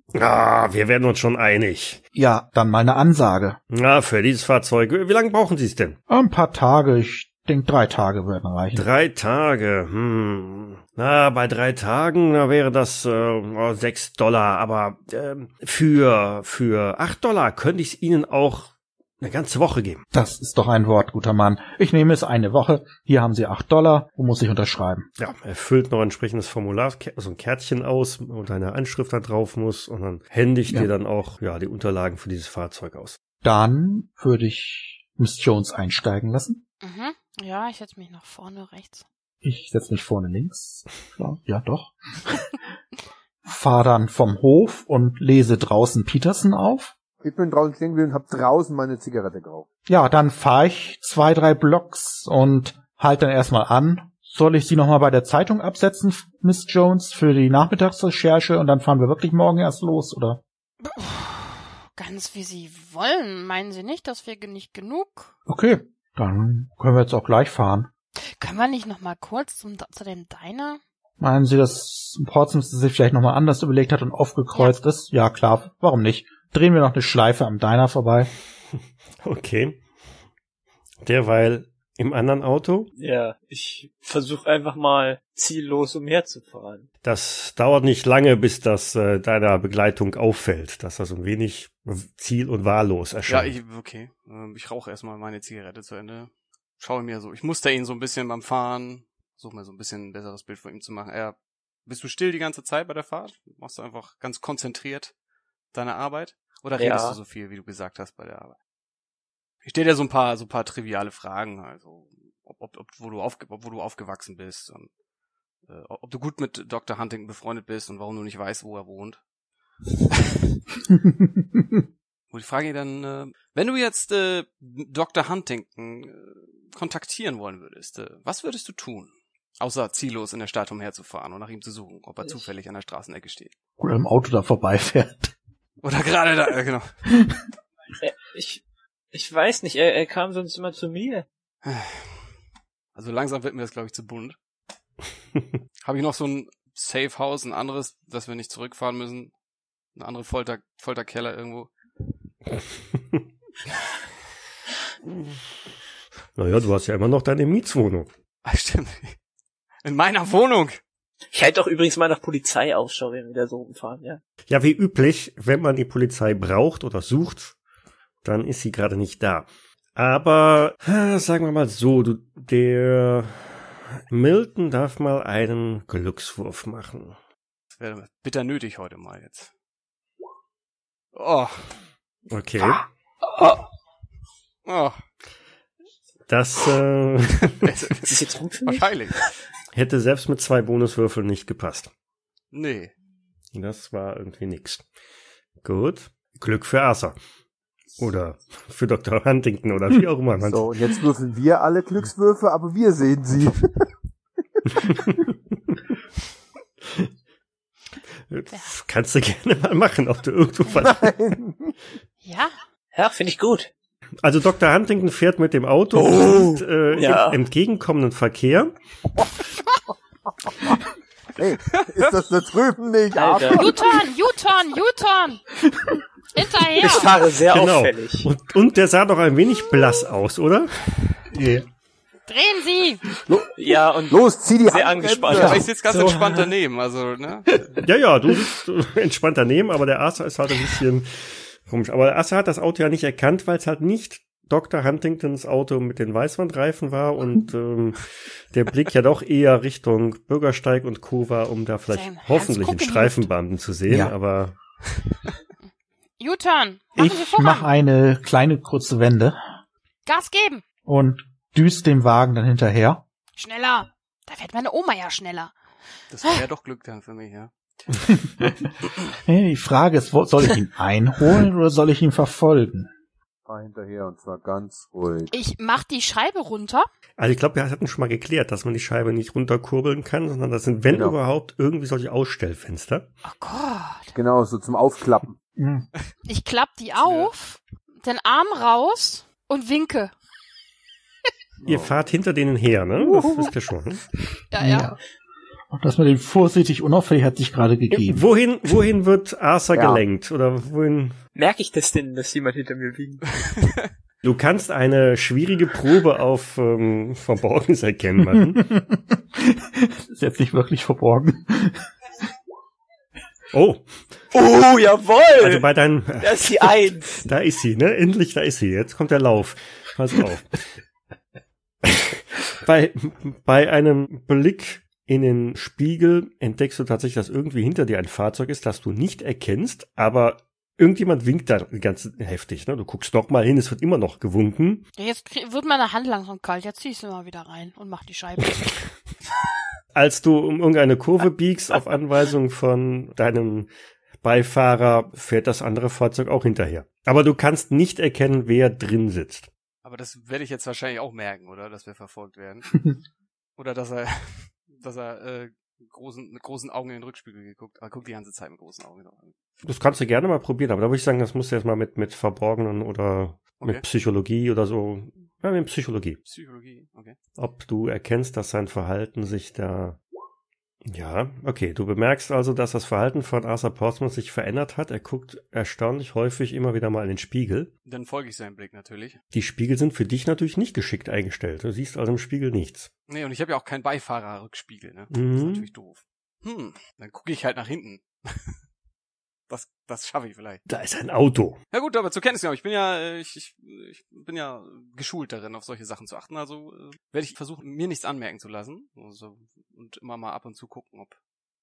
Speaker 1: Ah, wir werden uns schon einig.
Speaker 2: Ja, dann mal eine Ansage.
Speaker 1: Na, für dieses Fahrzeug, wie lange brauchen Sie es denn?
Speaker 2: Ein paar Tage, ich denke drei Tage werden reichen.
Speaker 1: Drei Tage, hm. Na, bei drei Tagen da wäre das äh, oh, sechs Dollar, aber ähm, für für acht Dollar könnte ich es Ihnen auch eine ganze Woche geben.
Speaker 2: Das ist doch ein Wort, guter Mann. Ich nehme es eine Woche. Hier haben Sie acht Dollar. Wo muss ich unterschreiben?
Speaker 1: Ja, er füllt noch ein entsprechendes Formular, ke- so ein Kärtchen aus und eine Anschrift da drauf muss und dann händigt
Speaker 2: Ja.
Speaker 1: dir dann auch ja die Unterlagen für dieses Fahrzeug aus.
Speaker 2: Dann würde ich Miss Jones einsteigen lassen.
Speaker 4: Mhm. Ja, ich setze mich nach vorne rechts.
Speaker 2: Ich setze mich vorne links. Ja, ja doch. Fahr dann vom Hof und lese draußen Peterson auf.
Speaker 3: Ich bin draußen stehen geblieben und hab draußen meine Zigarette geraucht.
Speaker 2: Ja, dann fahre ich zwei, drei Blocks und halt dann erstmal an. Soll ich sie nochmal bei der Zeitung absetzen, Miss Jones, für die Nachmittagsrecherche und dann fahren wir wirklich morgen erst los, oder?
Speaker 4: Ganz wie Sie wollen, meinen Sie nicht, dass wir ge- nicht genug?
Speaker 2: Okay, dann können wir jetzt auch gleich fahren.
Speaker 4: Können wir nicht noch mal kurz zum, zu dem Diner?
Speaker 2: Meinen Sie, dass Portsmouth sich vielleicht nochmal anders überlegt hat und aufgekreuzt ist? Ja, klar, warum nicht? Drehen wir noch eine Schleife am Diner vorbei.
Speaker 1: Okay. Derweil im anderen Auto.
Speaker 5: Ja, ich versuche einfach mal ziellos umherzufahren.
Speaker 1: Das dauert nicht lange, bis das äh, deiner Begleitung auffällt, dass das ein wenig ziel- und wahllos erscheint.
Speaker 6: Ja, ich, okay. Ähm, Ich rauche erstmal meine Zigarette zu Ende. Schaue mir so. Ich muster ihn so ein bisschen beim Fahren. Suche mir so ein bisschen ein besseres Bild von ihm zu machen. Er, bist du still die ganze Zeit bei der Fahrt? Machst du einfach ganz konzentriert deine Arbeit? Oder
Speaker 5: Ja.
Speaker 6: redest du so viel, wie du gesagt hast bei der Arbeit? Ich stelle dir so ein paar, so ein paar triviale Fragen, also, ob, ob, ob wo du aufge, ob, wo du aufgewachsen bist und, äh, ob du gut mit Dr. Huntington befreundet bist und warum du nicht weißt, wo er wohnt. Wo die Frage dann, äh, wenn du jetzt äh, Dr. Huntington äh, kontaktieren wollen würdest, äh, was würdest du tun? Außer ziellos in der Stadt umherzufahren und nach ihm zu suchen, ob er
Speaker 5: Ich-
Speaker 6: zufällig an der Straßenecke steht.
Speaker 2: Oder im Auto da vorbeifährt.
Speaker 6: Oder gerade da, äh, genau.
Speaker 5: Ich, ich weiß nicht, er, er kam sonst immer zu mir.
Speaker 6: Also langsam wird mir das, glaube ich, zu bunt. Habe ich noch so ein Safe House, ein anderes, dass wir nicht zurückfahren müssen? Eine andere Folter, Folterkeller irgendwo?
Speaker 1: Naja, du hast ja immer noch deine Mietswohnung.
Speaker 6: Ah, stimmt. In meiner Wohnung!
Speaker 5: Ich halte doch übrigens mal nach Polizei Ausschau, wenn wir da so rumfahren, ja.
Speaker 1: Ja, wie üblich, wenn man die Polizei braucht oder sucht, dann ist sie gerade nicht da. Aber äh, sagen wir mal so, du, der Milton darf mal einen Glückswurf machen.
Speaker 6: Das wäre bitter nötig heute mal jetzt. Oh,
Speaker 1: Okay,
Speaker 6: Ah. oh.
Speaker 1: das äh,
Speaker 5: Ist das jetzt gut für mich?
Speaker 6: Wahrscheinlich.
Speaker 1: hätte selbst mit zwei Bonuswürfeln nicht gepasst.
Speaker 6: Nee.
Speaker 1: Das war irgendwie nix. Gut, Glück für Arthur. Oder für Dr. Huntington oder wie auch immer man
Speaker 3: So, und jetzt würfeln wir alle Glückswürfe, aber wir sehen sie.
Speaker 1: Das kannst du gerne mal machen, ob du irgendwo was.
Speaker 3: Nein.
Speaker 4: Ja,
Speaker 5: Ja, finde ich gut.
Speaker 1: Also Dr. Huntington fährt mit dem Auto
Speaker 5: Oh,
Speaker 1: und, äh,
Speaker 5: ja.
Speaker 1: im entgegenkommenden Verkehr.
Speaker 3: Hey, ist das da drüben nicht? Ah,
Speaker 5: Alter.
Speaker 4: U-Turn, U-Turn, U-Turn! Hinterher!
Speaker 5: Ich fahre sehr
Speaker 1: Genau.
Speaker 5: auffällig.
Speaker 1: Und, und der sah doch ein wenig blass aus, oder?
Speaker 4: Drehen Sie!
Speaker 5: Ja, und
Speaker 3: Los, zieh die
Speaker 5: sehr angespannt.
Speaker 6: Aber ich sitze ganz
Speaker 5: So.
Speaker 6: entspannt daneben, also, ne?
Speaker 1: Ja, ja, du bist äh, entspannt daneben, aber der Asa ist halt ein bisschen komisch. Aber der Asa hat das Auto ja nicht erkannt, weil es halt nicht Dr. Huntingtons Auto mit den Weißwandreifen war und ähm, der Blick ja doch eher Richtung Bürgersteig und Co. war, um da vielleicht
Speaker 4: Sein Herz
Speaker 1: hoffentlich einen
Speaker 4: gucken
Speaker 1: Streifenbeamten zu sehen,
Speaker 2: Ja.
Speaker 1: aber
Speaker 4: U-Turn. Machen Sie
Speaker 2: Ich
Speaker 4: voran.
Speaker 2: mache eine kleine kurze Wende
Speaker 4: Gas geben.
Speaker 2: und düst dem Wagen dann hinterher.
Speaker 4: Schneller. Da fährt meine Oma ja schneller.
Speaker 6: Das wäre doch Glück dann für mich, ja.
Speaker 2: Die Frage ist, wo- soll ich ihn einholen oder soll ich ihn verfolgen?
Speaker 3: Fahr hinterher und zwar ganz ruhig.
Speaker 4: Ich mach die Scheibe runter.
Speaker 1: also ich glaube, wir hatten schon mal geklärt, dass man die Scheibe nicht runterkurbeln kann, sondern das sind, wenn
Speaker 3: Genau.
Speaker 1: überhaupt, irgendwie solche Ausstellfenster.
Speaker 4: Oh Gott.
Speaker 3: Genau, so zum Aufklappen.
Speaker 2: Hm.
Speaker 4: Ich klapp die auf, den Arm raus und winke.
Speaker 1: Ihr
Speaker 3: Oh.
Speaker 1: fahrt hinter denen her, ne? Das wisst ihr schon.
Speaker 4: Ja, Ah, ja.
Speaker 2: Und dass man den vorsichtig unauffällig hat sich gerade gegeben.
Speaker 1: Wohin, wohin wird Arthur
Speaker 3: Ja.
Speaker 1: gelenkt? Oder wohin?
Speaker 7: Merke ich das denn, dass jemand hinter mir wiegt?
Speaker 1: Du kannst eine schwierige Probe auf ähm, Verborgenes erkennen machen.
Speaker 2: ist jetzt nicht wirklich verborgen.
Speaker 1: Oh,
Speaker 7: Oh, jawohl!
Speaker 1: also bei deinem,
Speaker 7: das ist die Eins.
Speaker 1: da ist sie, ne? Endlich, da ist sie. Jetzt kommt der Lauf. Pass auf. bei, bei einem Blick in den Spiegel entdeckst du tatsächlich, dass irgendwie hinter dir ein Fahrzeug ist, das du nicht erkennst, aber irgendjemand winkt da ganz heftig. Ne? Du guckst noch mal hin, es wird immer noch gewunken.
Speaker 4: Ja, Jetzt krie- wird meine Hand langsam kalt. Jetzt zieh ich sie mal wieder rein und mach die Scheibe.
Speaker 1: als du um irgendeine Kurve biegst, auf Anweisung von deinem Beifahrer, fährt das andere Fahrzeug auch hinterher. Aber du kannst nicht erkennen, wer drin sitzt.
Speaker 6: Aber das werde ich jetzt wahrscheinlich auch merken, oder? Dass wir verfolgt werden. oder dass er, dass er äh, großen, mit großen Augen in den Rückspiegel geguckt. Aber guckt die ganze Zeit mit großen Augen. an.
Speaker 1: Das kannst du gerne mal probieren, aber da würde ich sagen, das musst du erst mal mit, mit Verborgenen oder
Speaker 6: Okay.
Speaker 1: mit Psychologie oder so. Ja, mit Psychologie.
Speaker 6: Psychologie, okay.
Speaker 1: Ob du erkennst, dass sein Verhalten sich da. Ja, okay. Du bemerkst also, dass das Verhalten von Arthur Portsmouth sich verändert hat. Er guckt erstaunlich häufig immer wieder mal in den Spiegel.
Speaker 6: Dann folge ich seinem Blick natürlich.
Speaker 1: Die Spiegel sind für dich natürlich nicht geschickt eingestellt. Du siehst also im Spiegel nichts.
Speaker 6: Nee, und ich habe ja auch keinen Beifahrerrückspiegel, ne? Das ist
Speaker 1: Mhm.
Speaker 6: natürlich doof. Hm, dann gucke ich halt nach hinten. das das schaffe ich vielleicht.
Speaker 1: Da ist ein Auto.
Speaker 6: Na gut, aber zur Kenntnis genommen, ich bin ja äh, ich, ich, ich bin ja geschult darin, auf solche Sachen zu achten, also äh, werde ich versuchen, mir nichts anmerken zu lassen also, und immer mal ab und zu gucken, ob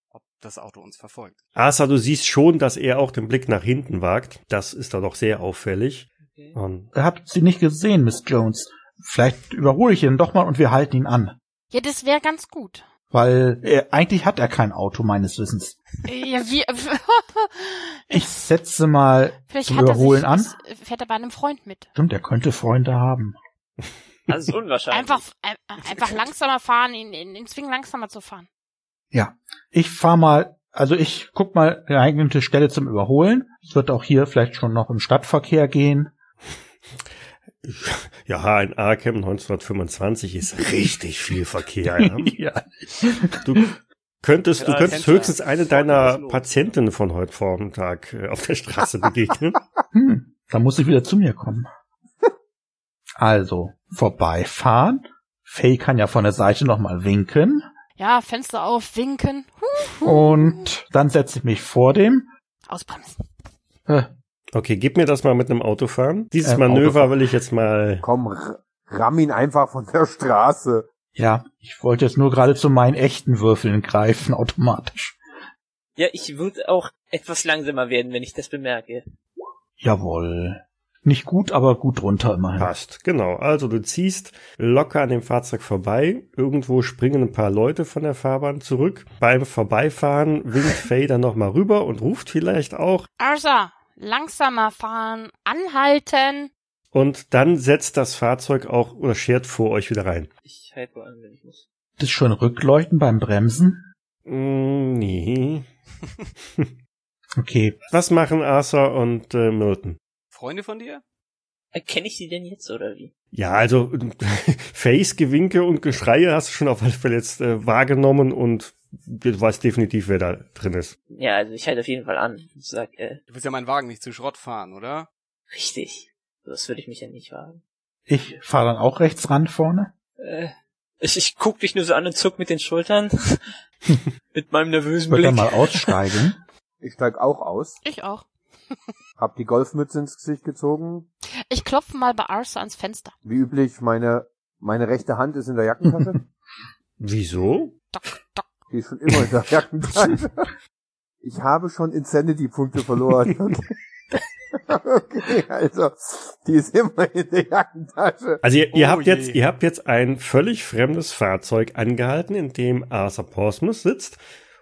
Speaker 6: ob das Auto uns verfolgt.
Speaker 1: Asa, du siehst schon, dass er auch den Blick nach hinten wagt. Das ist da doch sehr auffällig. Und
Speaker 2: Habt sie nicht gesehen, Miss Jones. Vielleicht überhole ich ihn doch mal und wir halten ihn an.
Speaker 4: Ja, das wäre ganz gut.
Speaker 2: Weil äh, eigentlich hat er kein Auto meines Wissens.
Speaker 4: Ja, wie,
Speaker 2: Ich setze mal,
Speaker 4: vielleicht
Speaker 2: Zum
Speaker 4: hat er sich,
Speaker 2: Überholen an?
Speaker 4: ist- fährt er bei einem Freund mit.
Speaker 2: stimmt, er könnte Freunde haben.
Speaker 7: Das ist unwahrscheinlich.
Speaker 4: Einfach, ein- einfach langsamer fahren, ihn, ihn, ihn zwingen, langsamer zu fahren.
Speaker 2: Ja, ich fahr mal, also ich guck mal eine eigene Stelle zum Überholen. Es wird auch hier vielleicht schon noch im Stadtverkehr gehen.
Speaker 1: ja, ein Arkham 1925 ist richtig viel Verkehr. Ja?
Speaker 2: ja.
Speaker 1: Du könntest, du
Speaker 7: Ja,
Speaker 1: könntest
Speaker 7: Fenster.
Speaker 1: höchstens eine deiner
Speaker 7: Vorne ist los.
Speaker 1: Patientinnen von heute Vormittag äh, auf der Straße begegnen.
Speaker 2: Hm, da muss ich wieder zu mir kommen. Also, vorbeifahren. Faye kann ja von der Seite nochmal winken.
Speaker 4: Ja, Fenster auf, winken,
Speaker 2: Und dann setze ich mich vor dem.
Speaker 4: ausbremsen.
Speaker 2: Äh,
Speaker 1: Okay, gib mir das mal mit einem Äh, Autofahren. Dieses
Speaker 2: Ähm,
Speaker 1: Manöver
Speaker 2: Autofahren.
Speaker 1: will ich jetzt mal.
Speaker 3: Komm, r- ramm ihn einfach von der Straße.
Speaker 2: ja, ich wollte jetzt nur gerade zu meinen echten Würfeln greifen, automatisch.
Speaker 7: Ja, ich würde auch etwas langsamer werden, wenn ich das bemerke.
Speaker 2: Jawohl. Nicht gut, aber gut runter immerhin.
Speaker 1: Passt, genau. Also du ziehst locker an dem Fahrzeug vorbei. Irgendwo springen ein paar Leute von der Fahrbahn zurück. Beim Vorbeifahren winkt Faye dann nochmal rüber und ruft vielleicht auch.
Speaker 4: Arthur, langsamer fahren, anhalten.
Speaker 1: Und dann setzt das Fahrzeug auch oder schert vor euch wieder rein.
Speaker 7: Ich halte wohl an, wenn ich muss.
Speaker 2: Das ist schon Rückleuchten beim Bremsen.
Speaker 1: Mm, nee.
Speaker 2: Okay,
Speaker 1: Was machen Arthur und äh, Milton?
Speaker 6: Freunde von dir?
Speaker 7: Erkenne ich die denn jetzt oder wie?
Speaker 1: Ja, also Face, Gewinke und Geschreie hast du schon auf alle Fälle jetzt äh, wahrgenommen und du weißt definitiv, wer da drin ist.
Speaker 7: Ja, also ich halte auf jeden Fall an und sag, äh,
Speaker 6: Du willst ja meinen Wagen nicht zu Schrott fahren, oder?
Speaker 7: richtig. Das würde ich mich ja nicht wagen.
Speaker 2: ich fahre dann auch rechts ran vorne.
Speaker 7: Äh, ich, ich guck dich nur so an und zuck mit den Schultern. mit meinem
Speaker 2: Ich
Speaker 7: nervösen
Speaker 2: würde
Speaker 7: Blick.
Speaker 2: dann mal aussteigen.
Speaker 3: Ich steig auch aus.
Speaker 4: Ich auch.
Speaker 3: Hab die Golfmütze ins Gesicht gezogen.
Speaker 4: Ich klopfe mal bei Arthur ans Fenster.
Speaker 3: Wie üblich, meine, meine rechte Hand ist in der Jackentasche.
Speaker 1: Wieso?
Speaker 4: Dock, dock.
Speaker 3: Die ist schon immer in der Jackentasche. Ich habe schon Insanity-Punkte verloren. okay, also, die ist immer in der Jackentasche.
Speaker 1: Also ihr, ihr
Speaker 6: Oh
Speaker 1: habt
Speaker 6: je.
Speaker 1: jetzt, ihr habt jetzt ein völlig fremdes Fahrzeug angehalten, in dem Arthur Portsmouth sitzt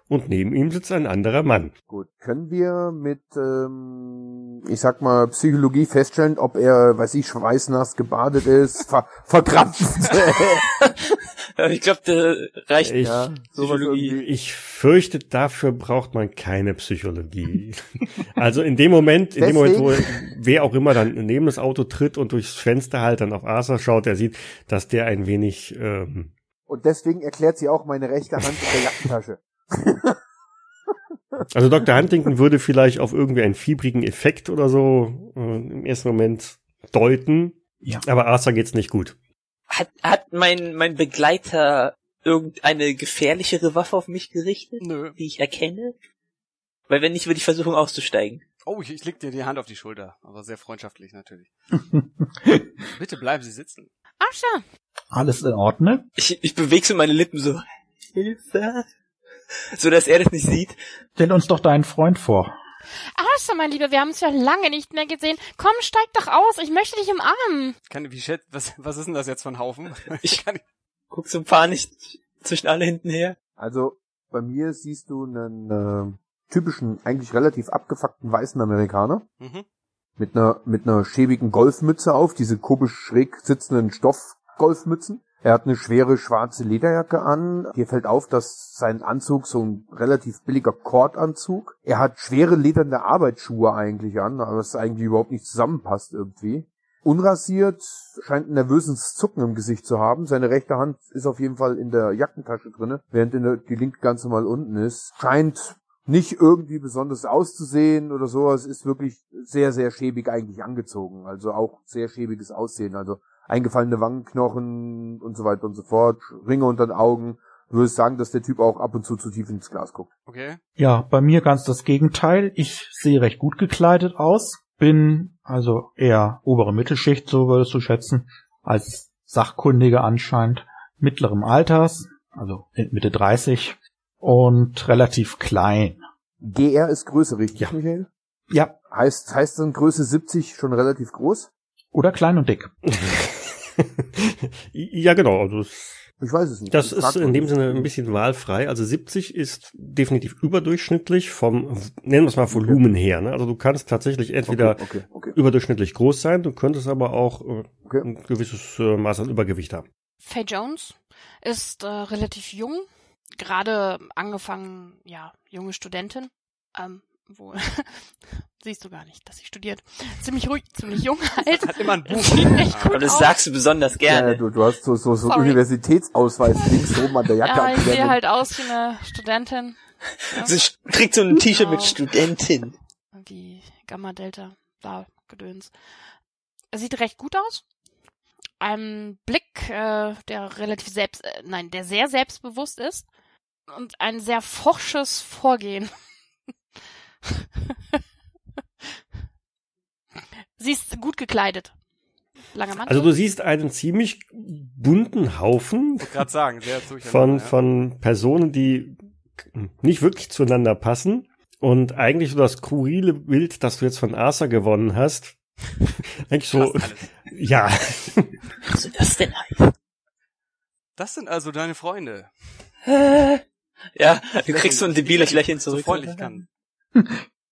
Speaker 1: und neben ihm sitzt ein anderer Mann.
Speaker 3: Gut, können wir mit, ähm, ich sag mal, Psychologie feststellen, ob er, weiß ich, schweißnass gebadet ist, ver verkrampft.
Speaker 5: Aber ich glaube, der reicht.
Speaker 1: Ich,
Speaker 3: ja, sowas
Speaker 5: Psychologie.
Speaker 3: irgendwie.
Speaker 1: ich fürchte, dafür braucht man keine Psychologie. also in dem Moment, in dem Moment, wo wer auch immer dann neben das Auto tritt und durchs Fenster halt dann auf Arthur schaut, der sieht, dass der ein wenig ähm,
Speaker 3: Und deswegen erklärt sie auch meine rechte Hand in der Jackentasche.
Speaker 1: Also Dr. Huntington würde vielleicht auf irgendwie einen fiebrigen Effekt oder so äh, im ersten Moment deuten.
Speaker 2: Ja.
Speaker 1: Aber Arthur geht's nicht gut.
Speaker 5: Hat, hat mein, mein Begleiter irgendeine gefährlichere Waffe auf mich gerichtet,
Speaker 6: Nö.
Speaker 5: die ich erkenne? Weil wenn nicht, würde ich versuchen auszusteigen.
Speaker 6: Oh, ich, ich leg dir die Hand auf die Schulter, aber sehr freundschaftlich natürlich. Bitte bleiben Sie sitzen.
Speaker 4: Arthur,
Speaker 2: Alles in Ordnung?
Speaker 5: Ich, ich bewege so meine Lippen so. Hilfe. So dass er das nicht sieht.
Speaker 2: Stell uns doch deinen Freund vor.
Speaker 4: Arthur, mein Lieber, wir haben uns ja lange nicht mehr gesehen. Komm, steig doch aus, ich möchte dich umarmen.
Speaker 6: Kann, wie schätzt, was, was ist denn das jetzt für ein Haufen?
Speaker 5: Ich-
Speaker 6: kann
Speaker 5: Guck so panisch zwischen alle hinten her.
Speaker 3: Also, bei mir siehst du einen äh, typischen, eigentlich relativ abgefuckten weißen Amerikaner.
Speaker 6: mhm.
Speaker 3: mit einer mit einer schäbigen Golfmütze auf, diese komisch schräg sitzenden Stoffgolfmützen. Er hat eine schwere schwarze Lederjacke an. Hier fällt auf, dass sein Anzug so ein relativ billiger Kordanzug. Er hat schwere lederne Arbeitsschuhe eigentlich an, aber es eigentlich überhaupt nicht zusammenpasst irgendwie. Unrasiert, scheint ein nervöses Zucken im Gesicht zu haben. Seine rechte Hand ist auf jeden Fall in der Jackentasche drinne, während in der, die linke ganz normal unten ist. Scheint nicht irgendwie besonders auszusehen oder sowas, ist wirklich sehr, sehr schäbig eigentlich angezogen. Also auch sehr schäbiges Aussehen. Also eingefallene Wangenknochen und so weiter und so fort, Ringe unter den Augen. Du würdest sagen, dass der Typ auch ab und zu zu tief ins Glas guckt.
Speaker 6: Okay.
Speaker 2: Ja, bei mir ganz das Gegenteil. Ich sehe recht gut gekleidet aus, bin also eher obere Mittelschicht, so würdest du schätzen, als Sachkundige anscheinend mittlerem Alters, also Mitte 30 und relativ klein.
Speaker 3: GR ist Größe, richtig,
Speaker 1: Ja.
Speaker 3: Michael?
Speaker 2: Ja,
Speaker 3: Heißt, heißt dann Größe 70 schon relativ groß?
Speaker 2: oder klein und dick.
Speaker 1: ja, genau. Also es-
Speaker 3: Ich weiß es nicht.
Speaker 1: das
Speaker 3: Ich frag
Speaker 1: ist
Speaker 3: mal.
Speaker 1: in dem Sinne ein bisschen wahlfrei. Also 70 ist definitiv überdurchschnittlich vom, nennen wir es mal Volumen her. Ne? Also du kannst tatsächlich entweder
Speaker 3: Okay, okay, okay.
Speaker 1: überdurchschnittlich groß sein, du könntest aber auch äh,
Speaker 3: Okay.
Speaker 1: ein gewisses äh, Maß an Übergewicht haben.
Speaker 4: Faye Jones ist äh, relativ jung, gerade angefangen, ja, junge Studentin. Ähm, wohl. Siehst du gar nicht, dass sie studiert. Ziemlich ruhig, ziemlich jung halt.
Speaker 6: Hat immer ein Buch.
Speaker 4: Sieht echt gut
Speaker 5: Aber das
Speaker 4: aus.
Speaker 5: sagst du besonders
Speaker 3: Ja,
Speaker 5: gerne.
Speaker 3: du, du hast so, so, so
Speaker 4: Sorry.
Speaker 3: Universitätsausweis links oben an der Jacke
Speaker 4: Ja, ich sehe
Speaker 3: angewendet.
Speaker 4: halt aus wie eine Studentin. Ja,
Speaker 5: Sie trägt so ein T-Shirt mit
Speaker 4: Genau.
Speaker 5: Studentin.
Speaker 4: Wie Gamma Delta, bla, Gedöns. Sieht recht gut aus. Ein Blick, äh, der relativ selbst, äh, nein, der sehr selbstbewusst ist. Und ein sehr forsches Vorgehen. Sie ist gut gekleidet. Langer Mantel.
Speaker 1: Also du siehst einen ziemlich bunten Haufen
Speaker 6: Gerade sagen, sehr durcheinander.
Speaker 1: von,
Speaker 6: ja.
Speaker 1: von Personen, die nicht wirklich zueinander passen. Und eigentlich so das skurrile Bild, das du jetzt von Arthur gewonnen hast, eigentlich so,
Speaker 6: Fast alles.
Speaker 1: ja,
Speaker 5: Was soll das denn
Speaker 6: Das sind also deine Freunde.
Speaker 5: heißen? Äh, Ja, du kriegst so ein debiles Lächeln
Speaker 6: So
Speaker 5: zurück.
Speaker 6: freundlich kann.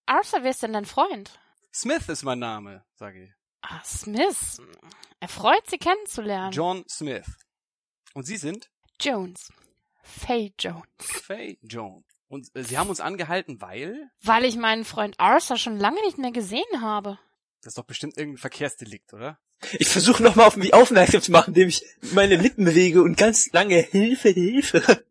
Speaker 4: Arthur, wer ist denn dein Freund?
Speaker 6: Smith ist mein Name, sage ich.
Speaker 4: Ah, Smith. Er freut, sie kennenzulernen.
Speaker 6: John Smith. Und Sie sind
Speaker 4: Jones. Faye Jones.
Speaker 6: Faye Joan. Und äh, Sie haben uns angehalten, weil
Speaker 4: Weil ich meinen Freund Arthur schon lange nicht mehr gesehen habe.
Speaker 6: das ist doch bestimmt irgendein Verkehrsdelikt, oder?
Speaker 5: Ich versuche nochmal auf mich aufmerksam zu machen, indem ich meine Lippen bewege und ganz lange Hilfe, Hilfe.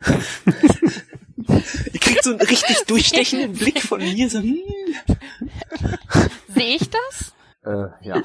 Speaker 5: Ihr kriegt so einen richtig durchstechenden Blick von mir, so, hm.
Speaker 4: Sehe ich das?
Speaker 3: Äh, ja.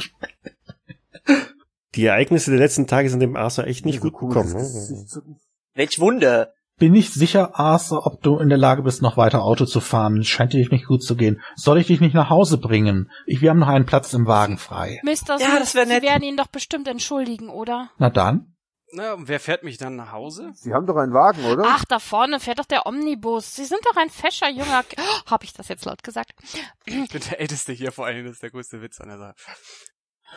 Speaker 1: die Ereignisse der letzten Tage sind dem Arthur echt nicht
Speaker 3: So
Speaker 1: gut
Speaker 3: komisches
Speaker 1: gekommen. Ne?
Speaker 3: Gesichtszucken.
Speaker 5: Welch Wunder.
Speaker 2: bin nicht sicher, Arthur, ob du in der Lage bist, noch weiter Auto zu fahren. Scheint dir nicht gut zu gehen. Soll ich dich nicht nach Hause bringen? Ich, wir haben noch einen Platz im Wagen frei.
Speaker 4: Mr.
Speaker 5: Ja,
Speaker 4: Smith,
Speaker 5: das wär nett.
Speaker 4: Sie werden ihn doch bestimmt entschuldigen, oder?
Speaker 2: Na dann.
Speaker 6: Na, und wer fährt mich dann nach Hause?
Speaker 3: Sie haben doch einen Wagen, oder?
Speaker 4: Ach, da vorne fährt doch der Omnibus. Sie sind doch ein fescher junger... K oh, Hab ich das jetzt laut gesagt?
Speaker 6: Ich bin der Älteste hier vor allem, das ist der größte Witz an der Sache.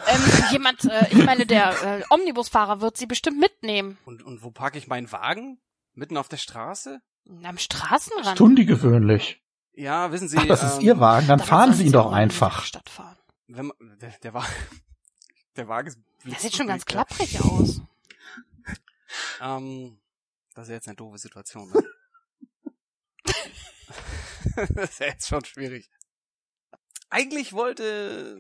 Speaker 4: Ähm, jemand, äh, ich meine, der äh, Omnibusfahrer wird Sie bestimmt mitnehmen.
Speaker 6: Und, und wo parke ich meinen Wagen? Mitten auf der Straße?
Speaker 4: Am Straßenrand.
Speaker 2: Stunde gewöhnlich.
Speaker 6: Ja, wissen Sie,
Speaker 2: Ach, das ist
Speaker 6: ähm,
Speaker 2: Ihr Wagen, dann
Speaker 4: Damit
Speaker 2: fahren
Speaker 4: sollen
Speaker 2: Sie ihn doch
Speaker 4: auch in die
Speaker 2: einfach.
Speaker 4: Stadt fahren.
Speaker 6: wenn man, der, der Wagen, der Wagen ist
Speaker 4: Das sieht schon ganz
Speaker 6: klar.
Speaker 4: klapprig aus.
Speaker 6: Ähm, das ist jetzt eine doofe Situation. Ne? das ist ja jetzt schon schwierig. Eigentlich wollte,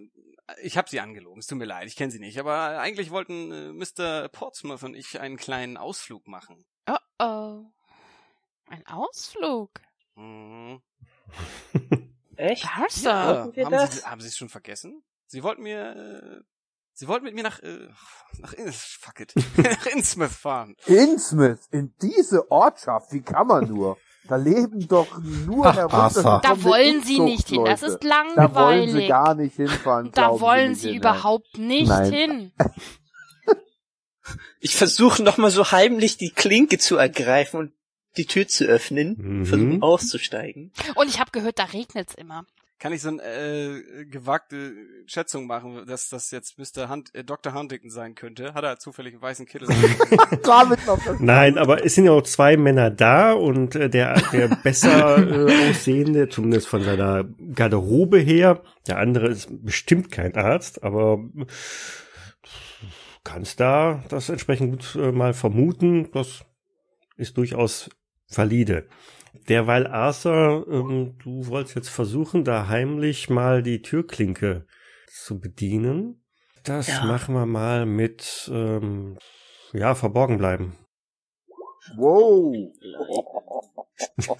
Speaker 6: ich habe sie angelogen, es tut mir leid, ich kenne sie nicht, aber eigentlich wollten äh, Mr. Portsmouth und ich einen kleinen Ausflug machen.
Speaker 4: Oh oh. Ein Ausflug.
Speaker 6: Mhm.
Speaker 5: Echt?
Speaker 4: Barca.
Speaker 5: Ja.
Speaker 6: Ja,
Speaker 5: Wollten wir
Speaker 6: haben, sie, haben sie es schon vergessen? Sie wollten mir, äh, sie wollten mit mir nach, äh, nach, In- fuck it, nach Innsmouth fahren.
Speaker 3: Innsmouth, in diese Ortschaft, wie kann man nur? Da leben doch nur
Speaker 2: Ach,
Speaker 3: heruntergekommene
Speaker 4: Da wollen Sie nicht hin. Das ist
Speaker 3: Inzuchtleute.
Speaker 4: langweilig.
Speaker 3: Da wollen Sie gar nicht hinfahren.
Speaker 4: Da
Speaker 3: glauben
Speaker 4: wollen
Speaker 3: nicht
Speaker 4: Sie
Speaker 3: hin,
Speaker 4: überhaupt nicht
Speaker 3: Nein.
Speaker 4: hin.
Speaker 5: Ich versuche nochmal so heimlich die Klinke zu ergreifen und die Tür zu öffnen,
Speaker 1: Mhm.
Speaker 5: versuchen auszusteigen.
Speaker 4: Und ich habe gehört, da regnet's immer.
Speaker 6: Kann ich so eine äh, gewagte Schätzung machen, dass das jetzt Mr. Hunt, äh, Dr. Huntington sein könnte? Hat er zufällig einen weißen Kittel?
Speaker 3: Ja. Damit noch das
Speaker 1: Nein, aber es sind ja auch zwei Männer da und äh, der, der besser äh, aussehende, zumindest von seiner Garderobe her, der andere ist bestimmt kein Arzt, aber kannst da das entsprechend gut äh, mal vermuten, das ist durchaus valide. Derweil Arthur, ähm, du wolltest jetzt versuchen, da heimlich mal die Türklinke zu bedienen. Das
Speaker 5: Ja.
Speaker 1: machen wir mal mit, ähm, ja, verborgen bleiben.
Speaker 3: Wow.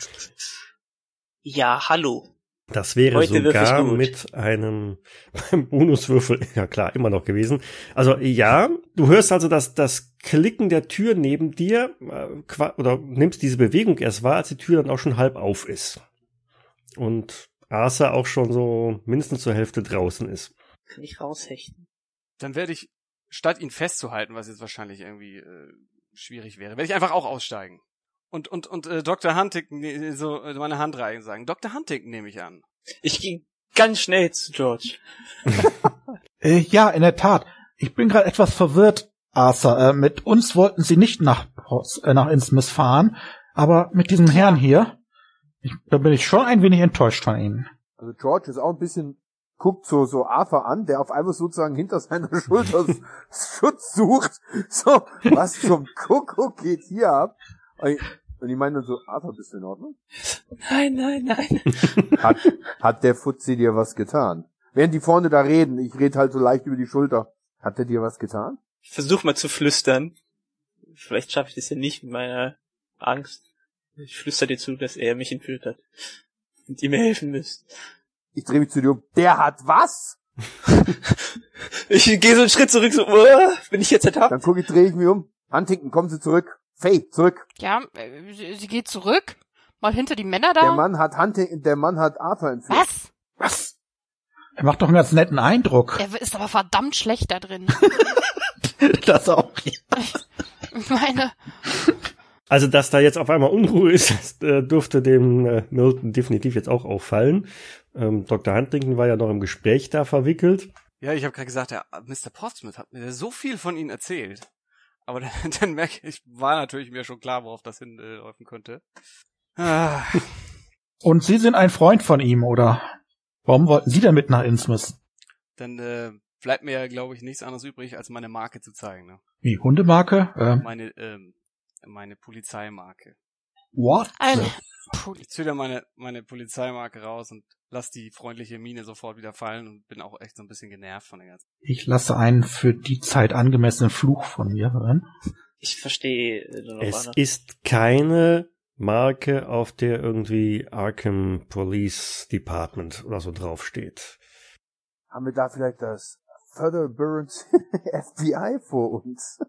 Speaker 5: Ja, hallo.
Speaker 1: Das wäre
Speaker 5: Heute würfel ich
Speaker 1: sogar
Speaker 5: gut.
Speaker 1: mit einem beim Bonuswürfel, ja klar, immer noch gewesen. Also ja, du hörst also das, das Klicken der Tür neben dir äh, qua- oder nimmst diese Bewegung erst wahr, als die Tür dann auch schon halb auf ist. Und Arthur auch schon so mindestens zur Hälfte draußen ist.
Speaker 5: Kann ich raushechten?
Speaker 6: Dann werde ich, statt ihn festzuhalten, was jetzt wahrscheinlich irgendwie äh, schwierig wäre, werde ich einfach auch aussteigen. Und und und äh, Dr. Huntington äh, so äh, meine Hand reichen und sagen. Dr. Huntington nehme ich an.
Speaker 5: Ich gehe ganz schnell zu George.
Speaker 2: Äh, ja, in der Tat. Ich bin gerade etwas verwirrt, Arthur. Äh, mit uns wollten Sie nicht nach, Pos- äh, nach Innsmouth fahren, aber mit diesem Herrn hier, ich, da bin ich schon ein wenig enttäuscht von Ihnen.
Speaker 3: Also George ist auch ein bisschen, guckt so, so Arthur an, der auf einmal sozusagen hinter seiner Schulter s- Schutz sucht. So, was zum Kuckuck geht hier ab? Und ich- und ich meine dann so, Arthur, bist du in Ordnung?
Speaker 5: Nein, nein, nein.
Speaker 3: Hat, hat der Fuzzi dir was getan? Während die vorne da reden, ich rede halt so leicht über die Schulter. Hat der dir was getan?
Speaker 5: Ich versuche mal zu flüstern. Vielleicht schaffe ich das ja nicht mit meiner Angst. Ich flüster dir zu, dass er mich entführt hat. Und ihr mir helfen müsst.
Speaker 3: Ich drehe mich zu dir um. Der hat was?
Speaker 5: Ich gehe so einen Schritt zurück, so, "Uah, bin ich jetzt ertappt?
Speaker 3: Dann gucke ich, drehe ich mich um. Huntington, kommen Sie zurück. Faye, zurück.
Speaker 4: Ja, äh, sie, sie geht zurück. Mal hinter die Männer
Speaker 3: Der
Speaker 4: da.
Speaker 3: Mann hat Huntington, der Mann hat Arthur entführt.
Speaker 4: Was?
Speaker 2: Was? Er macht doch einen ganz netten Eindruck.
Speaker 4: Er ist aber verdammt schlecht da drin.
Speaker 2: das auch.
Speaker 4: Ich meine,
Speaker 1: Also, dass da jetzt auf einmal Unruhe ist, das äh, dürfte dem äh, Milton definitiv jetzt auch auffallen. Ähm, Dr. Huntington war ja noch im Gespräch da verwickelt.
Speaker 6: Ja, ich habe gerade gesagt, der Mr. Portsmouth hat mir so viel von Ihnen erzählt. Aber dann, dann merke ich, war natürlich mir schon klar, worauf das hinläufen könnte. Ah.
Speaker 2: Und Sie sind ein Freund von ihm, oder? Warum wollten Sie denn mit nach Innsmouth?
Speaker 6: dann äh, bleibt mir ja, glaube ich, nichts anderes übrig, als meine Marke zu zeigen. Ne?
Speaker 2: Wie, Hundemarke? Ähm,
Speaker 6: Meine, ähm, meine Polizeimarke.
Speaker 2: what? Äh,
Speaker 4: ein
Speaker 6: Ich ziehe da meine, meine Polizeimarke raus und lass die freundliche Miene sofort wieder fallen und bin auch echt so ein bisschen genervt von der ganzen.
Speaker 2: Ich lasse einen für die Zeit angemessenen Fluch von mir hören.
Speaker 5: Ich verstehe äh, nur noch
Speaker 1: Es
Speaker 5: Anna.
Speaker 1: ist keine Marke, auf der irgendwie Arkham Police Department oder so draufsteht.
Speaker 3: Haben wir da vielleicht das Federal Burns FBI vor uns?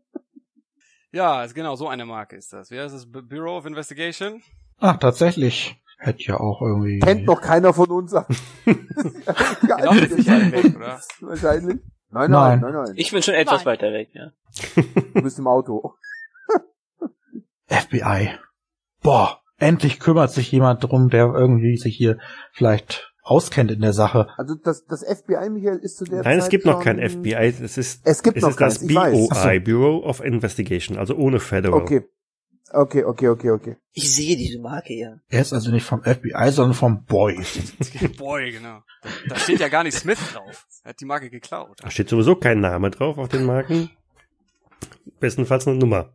Speaker 6: Ja, ist genau so eine Marke ist das. Wie heißt das? B Bureau of Investigation?
Speaker 2: Ach, tatsächlich. Hätte ja auch irgendwie.
Speaker 3: Kennt doch keiner von uns ab.
Speaker 6: Genau, das ist weit weg, oder?
Speaker 3: Wahrscheinlich. Nein, nein,
Speaker 2: Nein.
Speaker 3: nein, nein.
Speaker 5: Ich bin schon etwas
Speaker 4: Nein.
Speaker 5: weiter weg, ja.
Speaker 3: Du bist im Auto.
Speaker 2: FBI. Boah, endlich kümmert sich jemand drum, der irgendwie sich hier vielleicht auskennt in der Sache.
Speaker 3: Also das, das FBI, Michael, ist zu der Zeit
Speaker 1: Nein, es gibt noch
Speaker 3: schon-
Speaker 1: kein FBI. Es ist,
Speaker 3: Es gibt
Speaker 1: es
Speaker 3: noch
Speaker 1: ist
Speaker 3: keins,
Speaker 1: das
Speaker 3: ich weiß.
Speaker 1: BOI, Bureau of Investigation, also ohne Federal.
Speaker 3: Okay. Okay, okay, okay, okay.
Speaker 5: Ich sehe diese Marke, ja.
Speaker 2: Er ist also nicht vom FBI, sondern vom Boy.
Speaker 6: Boy, genau. Da steht ja gar nicht Smith drauf. Er hat die Marke geklaut.
Speaker 1: Da steht sowieso kein Name drauf auf den Marken. Bestenfalls eine Nummer.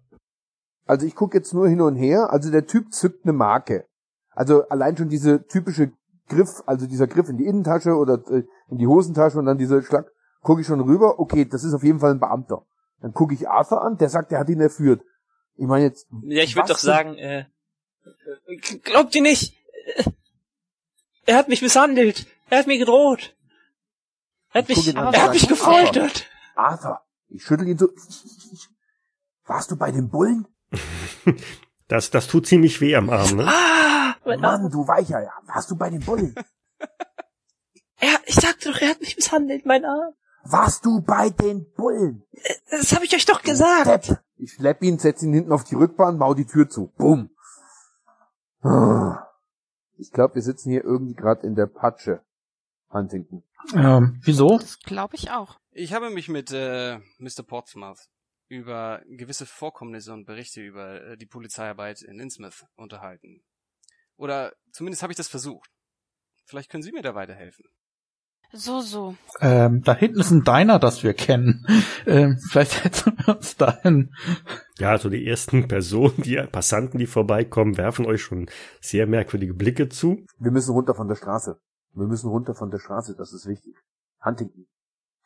Speaker 3: Also ich gucke jetzt nur hin und her. Also der Typ zückt eine Marke. Also allein schon diese typische Griff, also dieser Griff in die Innentasche oder äh, in die Hosentasche und dann dieser Schlag, gucke ich schon rüber. Okay, das ist auf jeden Fall ein Beamter. Dann gucke ich Arthur an, der sagt, der hat ihn erführt. Ich meine jetzt.
Speaker 5: Ja, ich würde
Speaker 3: was
Speaker 5: doch
Speaker 3: zum-
Speaker 5: sagen, äh, äh, glaubt ihr nicht? Äh, Er hat mich misshandelt. Er hat mir gedroht. Er hat
Speaker 3: Ich guck
Speaker 5: mich,
Speaker 3: ihn an
Speaker 5: er
Speaker 3: und
Speaker 5: hat
Speaker 3: sag, oh,
Speaker 5: mich gefoltert.
Speaker 3: Arthur, ich schüttel ihn so. Warst du bei den Bullen?
Speaker 1: Das, das tut ziemlich weh am Arm, ne?
Speaker 5: Ah, mein Arm.
Speaker 3: Mann, du Weicher, ja. Warst du bei den Bullen?
Speaker 5: Er, ich sagte doch, er hat mich misshandelt, mein Arm.
Speaker 3: Warst du bei den Bullen?
Speaker 5: Das habe ich euch doch gesagt.
Speaker 3: Depp. Ich schlepp ihn, setz ihn hinten auf die Rückbahn, bau die Tür zu. Bumm. Ah. Ich glaube, wir sitzen hier irgendwie gerade in der Patsche. Huntington.
Speaker 2: Ähm, wieso?
Speaker 4: Das glaube ich auch.
Speaker 6: Ich habe mich mit äh, Mr. Portsmouth über gewisse Vorkommnisse und Berichte über äh, die Polizeiarbeit in Innsmouth unterhalten. Oder zumindest habe ich das versucht. Vielleicht können Sie mir da weiterhelfen.
Speaker 4: So, so.
Speaker 2: Ähm, da hinten ist ein Diner, das wir kennen. Ähm, vielleicht setzen wir uns dahin.
Speaker 1: Ja, also die ersten Personen, die Passanten, die vorbeikommen, werfen euch schon sehr merkwürdige Blicke zu.
Speaker 3: Wir müssen runter von der Straße. Wir müssen runter von der Straße, das ist wichtig. Huntington.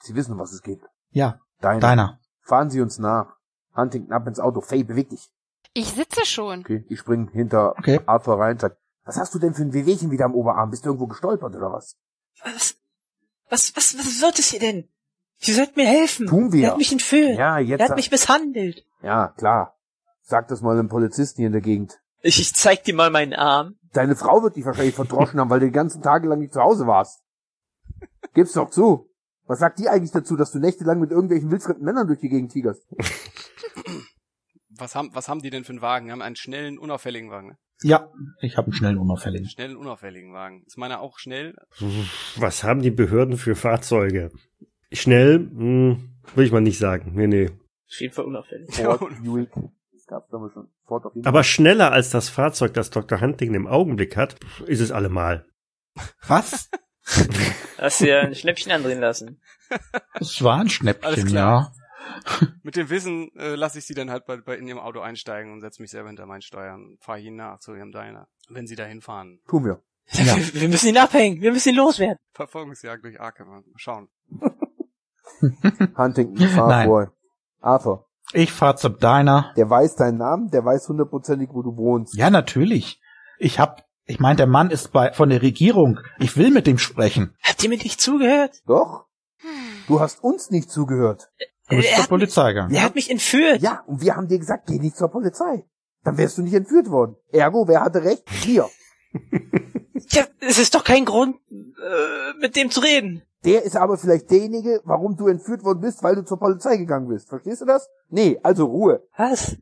Speaker 3: Sie wissen, um was es geht.
Speaker 2: Ja,
Speaker 3: Dein.
Speaker 2: Diner.
Speaker 3: Fahren Sie uns nach. Huntington, ab ins Auto. Faye, beweg dich.
Speaker 4: Ich sitze schon.
Speaker 3: Okay, ich spring hinter
Speaker 2: Okay.
Speaker 3: Arthur rein und sag, was hast du denn für ein Wehwehchen wieder am Oberarm? Bist du irgendwo gestolpert oder was?
Speaker 5: Was, was, was, was wird es hier denn? Sie sollten mir helfen.
Speaker 3: Tun wir.
Speaker 5: Er Hm. hat mich entführt.
Speaker 3: Ja, jetzt.
Speaker 5: er hat
Speaker 3: sag-
Speaker 5: mich misshandelt.
Speaker 3: ja, klar. Sag das mal einem Polizisten hier in der Gegend.
Speaker 5: Ich, ich zeig dir mal meinen Arm.
Speaker 3: Deine Frau wird dich wahrscheinlich verdroschen haben, weil du die ganzen Tage lang nicht zu Hause warst. Gib's doch zu. Was sagt die eigentlich dazu, dass du nächtelang mit irgendwelchen wildfremden Männern durch die Gegend tigerst?
Speaker 6: Was haben, was haben die denn für einen Wagen? Die haben einen schnellen, unauffälligen Wagen. Ne?
Speaker 2: Ja, ich habe einen schnellen Unauffälligen.
Speaker 6: Schnellen, unauffälligen Wagen. Ist meiner auch schnell?
Speaker 1: Was haben die Behörden für Fahrzeuge? Schnell, hm, will ich mal nicht sagen. Nee, nee.
Speaker 5: Auf jeden Fall unauffällig.
Speaker 3: Ford, Buick. Das gab's damals schon. Ford auf jeden Fall.
Speaker 1: Aber schneller als das Fahrzeug, das Dr. Huntington im Augenblick hat, ist es allemal.
Speaker 2: Was?
Speaker 5: Hast dir ein Schnäppchen andrehen lassen.
Speaker 2: Es war ein
Speaker 6: Alles
Speaker 2: Schnäppchen, ja.
Speaker 6: klar. Mit dem Wissen äh, lasse ich sie dann halt bei, bei in ihrem Auto einsteigen und setze mich selber hinter meinen Steuern und fahre ihnen nach zu ihrem Diner, wenn sie dahin fahren.
Speaker 3: Tun wir.
Speaker 2: Ja.
Speaker 5: Wir, wir müssen ihn abhängen. Wir müssen ihn loswerden.
Speaker 6: Verfolgungsjagd durch Arkham. Mal schauen.
Speaker 3: Huntington, fahr
Speaker 2: Hm. Nein.
Speaker 3: vor. Arthur,
Speaker 2: Ich fahr zum Diner.
Speaker 3: der weiß deinen Namen, der weiß hundertprozentig, wo du wohnst.
Speaker 2: Ja, natürlich. Ich hab, ich meine, der Mann ist bei von der Regierung. Ich will mit dem sprechen.
Speaker 5: Habt ihr mir nicht zugehört?
Speaker 3: Doch? Du hast uns nicht zugehört.
Speaker 2: Du bist
Speaker 5: Er
Speaker 2: zur
Speaker 5: hat mich,
Speaker 2: Polizei gegangen.
Speaker 5: er hat mich entführt.
Speaker 3: Ja, und wir haben dir gesagt, geh nicht zur Polizei. Dann wärst du nicht entführt worden. Ergo, wer hatte recht? Wir.
Speaker 5: Tja, es ist doch kein Grund, äh, mit dem zu reden.
Speaker 3: Der ist aber vielleicht derjenige, warum du entführt worden bist, weil du zur Polizei gegangen bist. Verstehst du das? Nee, also Ruhe.
Speaker 5: Was?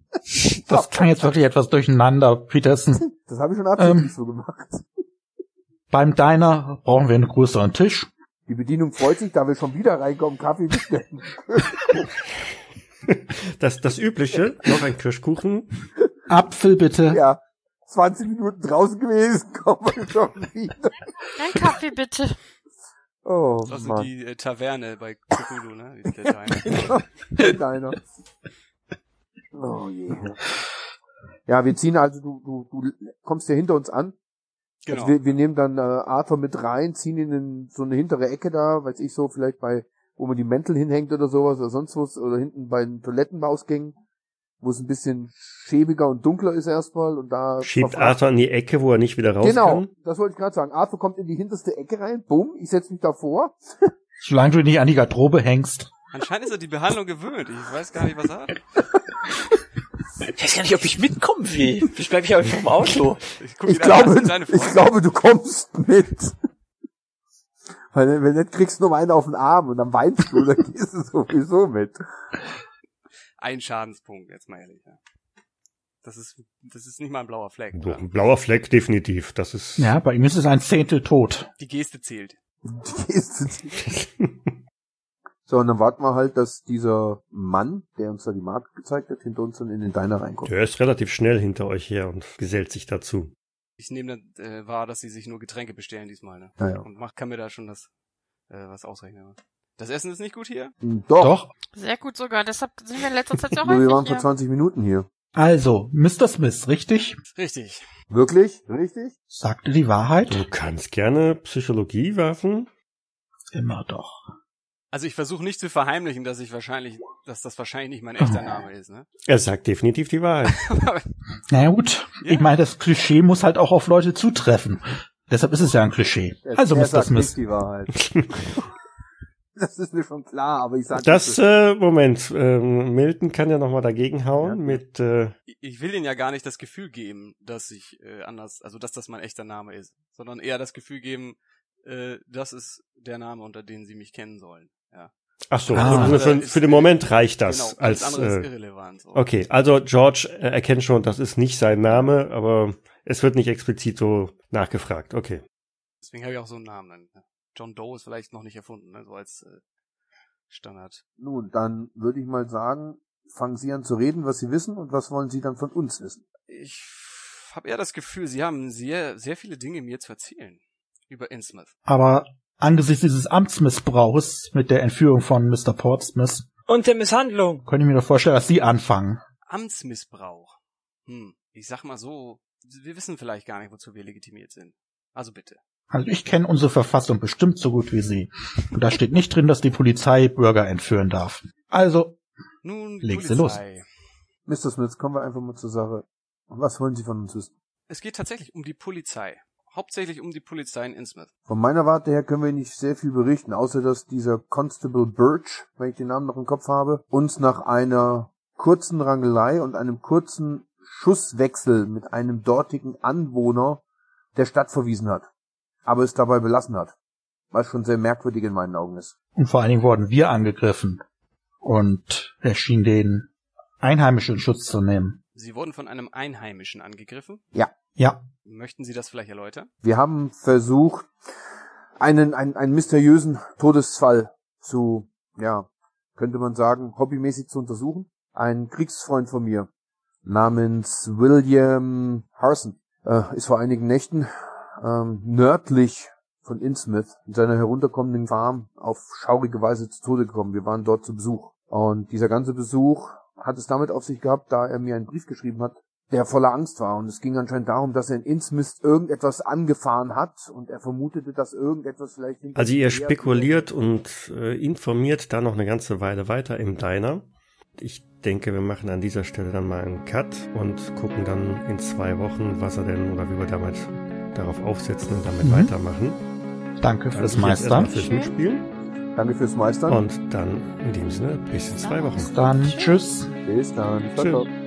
Speaker 2: Das klang jetzt wirklich etwas durcheinander, Peterson.
Speaker 3: Das habe ich schon absichtlich
Speaker 2: Ähm.
Speaker 3: so gemacht.
Speaker 2: Beim Diner brauchen wir einen größeren Tisch.
Speaker 3: Die Bedienung freut sich, da wir schon wieder reinkommen, Kaffee bestellen.
Speaker 1: Das, das übliche, noch ein Kirschkuchen.
Speaker 2: Apfel bitte.
Speaker 3: ja. 20 Minuten draußen gewesen, kommen wir schon wieder.
Speaker 4: Ein Kaffee bitte.
Speaker 3: Oh
Speaker 6: Das ist
Speaker 3: Mann.
Speaker 6: die äh, Taverne bei Cthulhu, ne? Der Diner.
Speaker 3: Deiner. Oh je. Ja, wir ziehen also, du, du, du kommst ja hinter uns an.
Speaker 6: Genau.
Speaker 3: Also wir, wir nehmen dann äh, Arthur mit rein, ziehen ihn in so eine hintere Ecke da, weiß ich so, vielleicht bei, wo man die Mäntel hinhängt oder sowas oder sonst was, oder hinten bei den Toilettenbausgängen, wo es ein bisschen schäbiger und dunkler ist erstmal und da
Speaker 1: Schiebt
Speaker 3: verfragt-
Speaker 1: Arthur in die Ecke, wo er nicht wieder raus
Speaker 3: Genau,
Speaker 1: kann.
Speaker 3: das wollte ich gerade sagen. Arthur kommt in die hinterste Ecke rein, bumm, ich setze mich davor.
Speaker 2: Solange du nicht an die Garderobe hängst.
Speaker 6: Anscheinend ist er die Behandlung gewöhnt. Ich weiß gar nicht, was er hat.
Speaker 5: Ich weiß gar nicht, ob ich mitkommen will. Ich bleibe hier einfach im Auto.
Speaker 6: Ich, guck
Speaker 3: Ich
Speaker 6: ihn an, hast
Speaker 3: glaube,
Speaker 6: du kleine
Speaker 3: ich
Speaker 6: Freunde?
Speaker 3: glaube, du kommst mit. Weil, wenn nicht, kriegst du nur einen auf den Arm und dann weinst du, dann gehst du sowieso mit.
Speaker 6: Ein Schadenspunkt, jetzt mal ehrlich. Ja. Das ist, das ist nicht mal ein blauer Fleck.
Speaker 1: So,
Speaker 6: Ja.
Speaker 1: ein blauer Fleck, definitiv. Das ist.
Speaker 2: Ja, bei ihm ist es ein Zehntel tot.
Speaker 6: Die Geste zählt.
Speaker 3: Die Geste So, und dann warten wir halt, dass dieser Mann, der uns da die Marke gezeigt hat, hinter uns dann in den Diner reinkommt.
Speaker 1: Der ist relativ schnell hinter euch her und gesellt sich dazu.
Speaker 6: Ich nehme dann äh, wahr, dass sie sich nur Getränke bestellen diesmal. Ne?
Speaker 3: Naja.
Speaker 6: Und mach, kann mir da schon das äh, was ausrechnen. ne? Das Essen ist nicht gut hier?
Speaker 3: Hm, Doch,
Speaker 2: Doch.
Speaker 4: Sehr gut sogar. Deshalb sind wir in letzter Zeit ja auch
Speaker 3: nur wir waren
Speaker 4: häufig
Speaker 3: vor
Speaker 4: hier.
Speaker 3: 20 Minuten hier.
Speaker 2: Also, Mr. Smith, richtig?
Speaker 6: Richtig.
Speaker 3: Wirklich? Richtig?
Speaker 2: Sagte die Wahrheit?
Speaker 1: Du kannst gerne Psychologie werfen.
Speaker 2: Immer doch.
Speaker 6: Also ich versuche nicht zu verheimlichen, dass ich wahrscheinlich, dass das wahrscheinlich nicht mein echter Name ist, ne?
Speaker 1: Er sagt definitiv die Wahrheit.
Speaker 2: Na ja, gut,
Speaker 6: Ja.
Speaker 2: ich meine, das Klischee muss halt auch auf Leute zutreffen. Deshalb ist es ja ein Klischee.
Speaker 3: Er-
Speaker 2: Also,
Speaker 3: er
Speaker 2: Mr.
Speaker 3: sagt
Speaker 2: Smith.
Speaker 3: nicht die Wahrheit. das ist mir schon klar, aber ich sag
Speaker 1: Das,
Speaker 3: nicht,
Speaker 1: äh, Moment, ähm, Milton kann ja nochmal dagegen hauen
Speaker 3: Ja.
Speaker 1: mit, äh,
Speaker 6: Ich- Ich will ihnen ja gar nicht das Gefühl geben, dass ich äh, anders, also dass das mein echter Name ist, sondern eher das Gefühl geben, äh, das ist der Name, unter den sie mich kennen sollen. Ja.
Speaker 1: ach so,
Speaker 2: Ah.
Speaker 1: für, für, für den Moment reicht das
Speaker 6: genau, alles
Speaker 1: als,
Speaker 6: andere ist
Speaker 1: äh,
Speaker 6: irrelevant. So.
Speaker 1: okay, also George äh, erkennt schon, das ist nicht sein Name, aber es wird nicht explizit so nachgefragt, okay.
Speaker 6: Deswegen habe ich auch so einen Namen. Dann. ne? John Doe ist vielleicht noch nicht erfunden, ne? so als äh, Standard.
Speaker 3: Nun, dann würde ich mal sagen, fangen Sie an zu reden, was Sie wissen und was wollen Sie dann von uns wissen?
Speaker 6: Ich habe eher das Gefühl, sie haben sehr, sehr viele Dinge mir zu erzählen über Innsmouth.
Speaker 2: Aber angesichts dieses Amtsmissbrauchs mit der Entführung von Mr. Portsmouth,
Speaker 5: Und der Misshandlung.
Speaker 2: könnte ich mir doch vorstellen, dass Sie anfangen.
Speaker 6: Amtsmissbrauch. Hm, ich sag mal so, wir wissen vielleicht gar nicht, wozu wir legitimiert sind. Also bitte.
Speaker 2: Also ich kenne unsere Verfassung bestimmt so gut wie Sie. Und da steht nicht drin, dass die Polizei Bürger entführen darf. Also,
Speaker 6: Nun,
Speaker 2: Legen Sie
Speaker 6: Polizei.
Speaker 3: Mr. Smith, kommen wir einfach mal zur Sache. Was wollen Sie von uns wissen?
Speaker 6: Es geht tatsächlich um die Polizei. Hauptsächlich um die Polizei in Innsmouth.
Speaker 3: Von meiner Warte her können wir nicht sehr viel berichten, außer dass dieser Constable Birch, wenn ich den Namen noch im Kopf habe, uns nach einer kurzen Rangelei und einem kurzen Schusswechsel mit einem dortigen Anwohner der Stadt verwiesen hat. Aber es dabei belassen hat. Was schon sehr merkwürdig in meinen Augen ist.
Speaker 2: und vor allen Dingen wurden wir angegriffen. Und er schien den Einheimischen in Schutz zu nehmen.
Speaker 6: Sie wurden von einem Einheimischen angegriffen.
Speaker 2: Ja,
Speaker 6: Möchten Sie das vielleicht erläutern?
Speaker 3: Wir haben versucht, einen, einen, einen mysteriösen Todesfall zu, ja, könnte man sagen, hobbymäßig zu untersuchen. Ein Kriegsfreund von mir namens William Harson äh, ist vor einigen Nächten ähm, nördlich von Innsmouth in seiner herunterkommenden Farm auf schaurige Weise zu Tode gekommen. Wir waren dort zu Besuch. Und dieser ganze Besuch hat es damit auf sich gehabt, da er mir einen Brief geschrieben hat, der voller Angst war. Und es ging anscheinend darum, dass er in Innsmouth irgendetwas angefahren hat und er vermutete, dass irgendetwas vielleicht... hinter
Speaker 1: Also
Speaker 3: ihm
Speaker 1: ihr
Speaker 3: her-
Speaker 1: spekuliert und äh, informiert da noch eine ganze Weile weiter im Diner. Ich denke, wir machen an dieser Stelle dann mal einen Cut und gucken dann in zwei Wochen, was er denn oder wie wir damit darauf aufsetzen und damit
Speaker 2: Mhm.
Speaker 1: weitermachen.
Speaker 2: danke für das
Speaker 1: Danke jetzt erstmal
Speaker 2: Meistern.
Speaker 1: Fürs Mitspielen.
Speaker 3: Danke fürs Meistern.
Speaker 1: Und dann in dem Sinne, bis in zwei Wochen.
Speaker 2: Bis dann, tschüss.
Speaker 3: Bis dann. Ciao,
Speaker 1: Tschüss.
Speaker 3: ciao.
Speaker 6: Danke.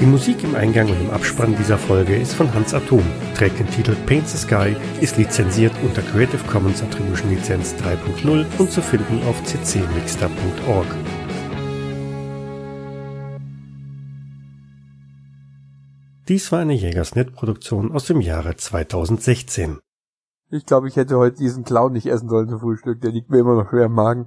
Speaker 1: Die Musik im Eingang und im Abspann dieser Folge ist von Hans Atom, trägt den Titel Paint the Sky, ist lizenziert unter Creative Commons Attribution Lizenz 3.0 und zu finden auf ccmixter.org. Dies war eine Jägersnet-Produktion aus dem Jahre 2016.
Speaker 3: Ich glaube, ich hätte heute diesen Clown nicht essen sollen zum Frühstück. Der liegt mir immer noch schwer im Magen.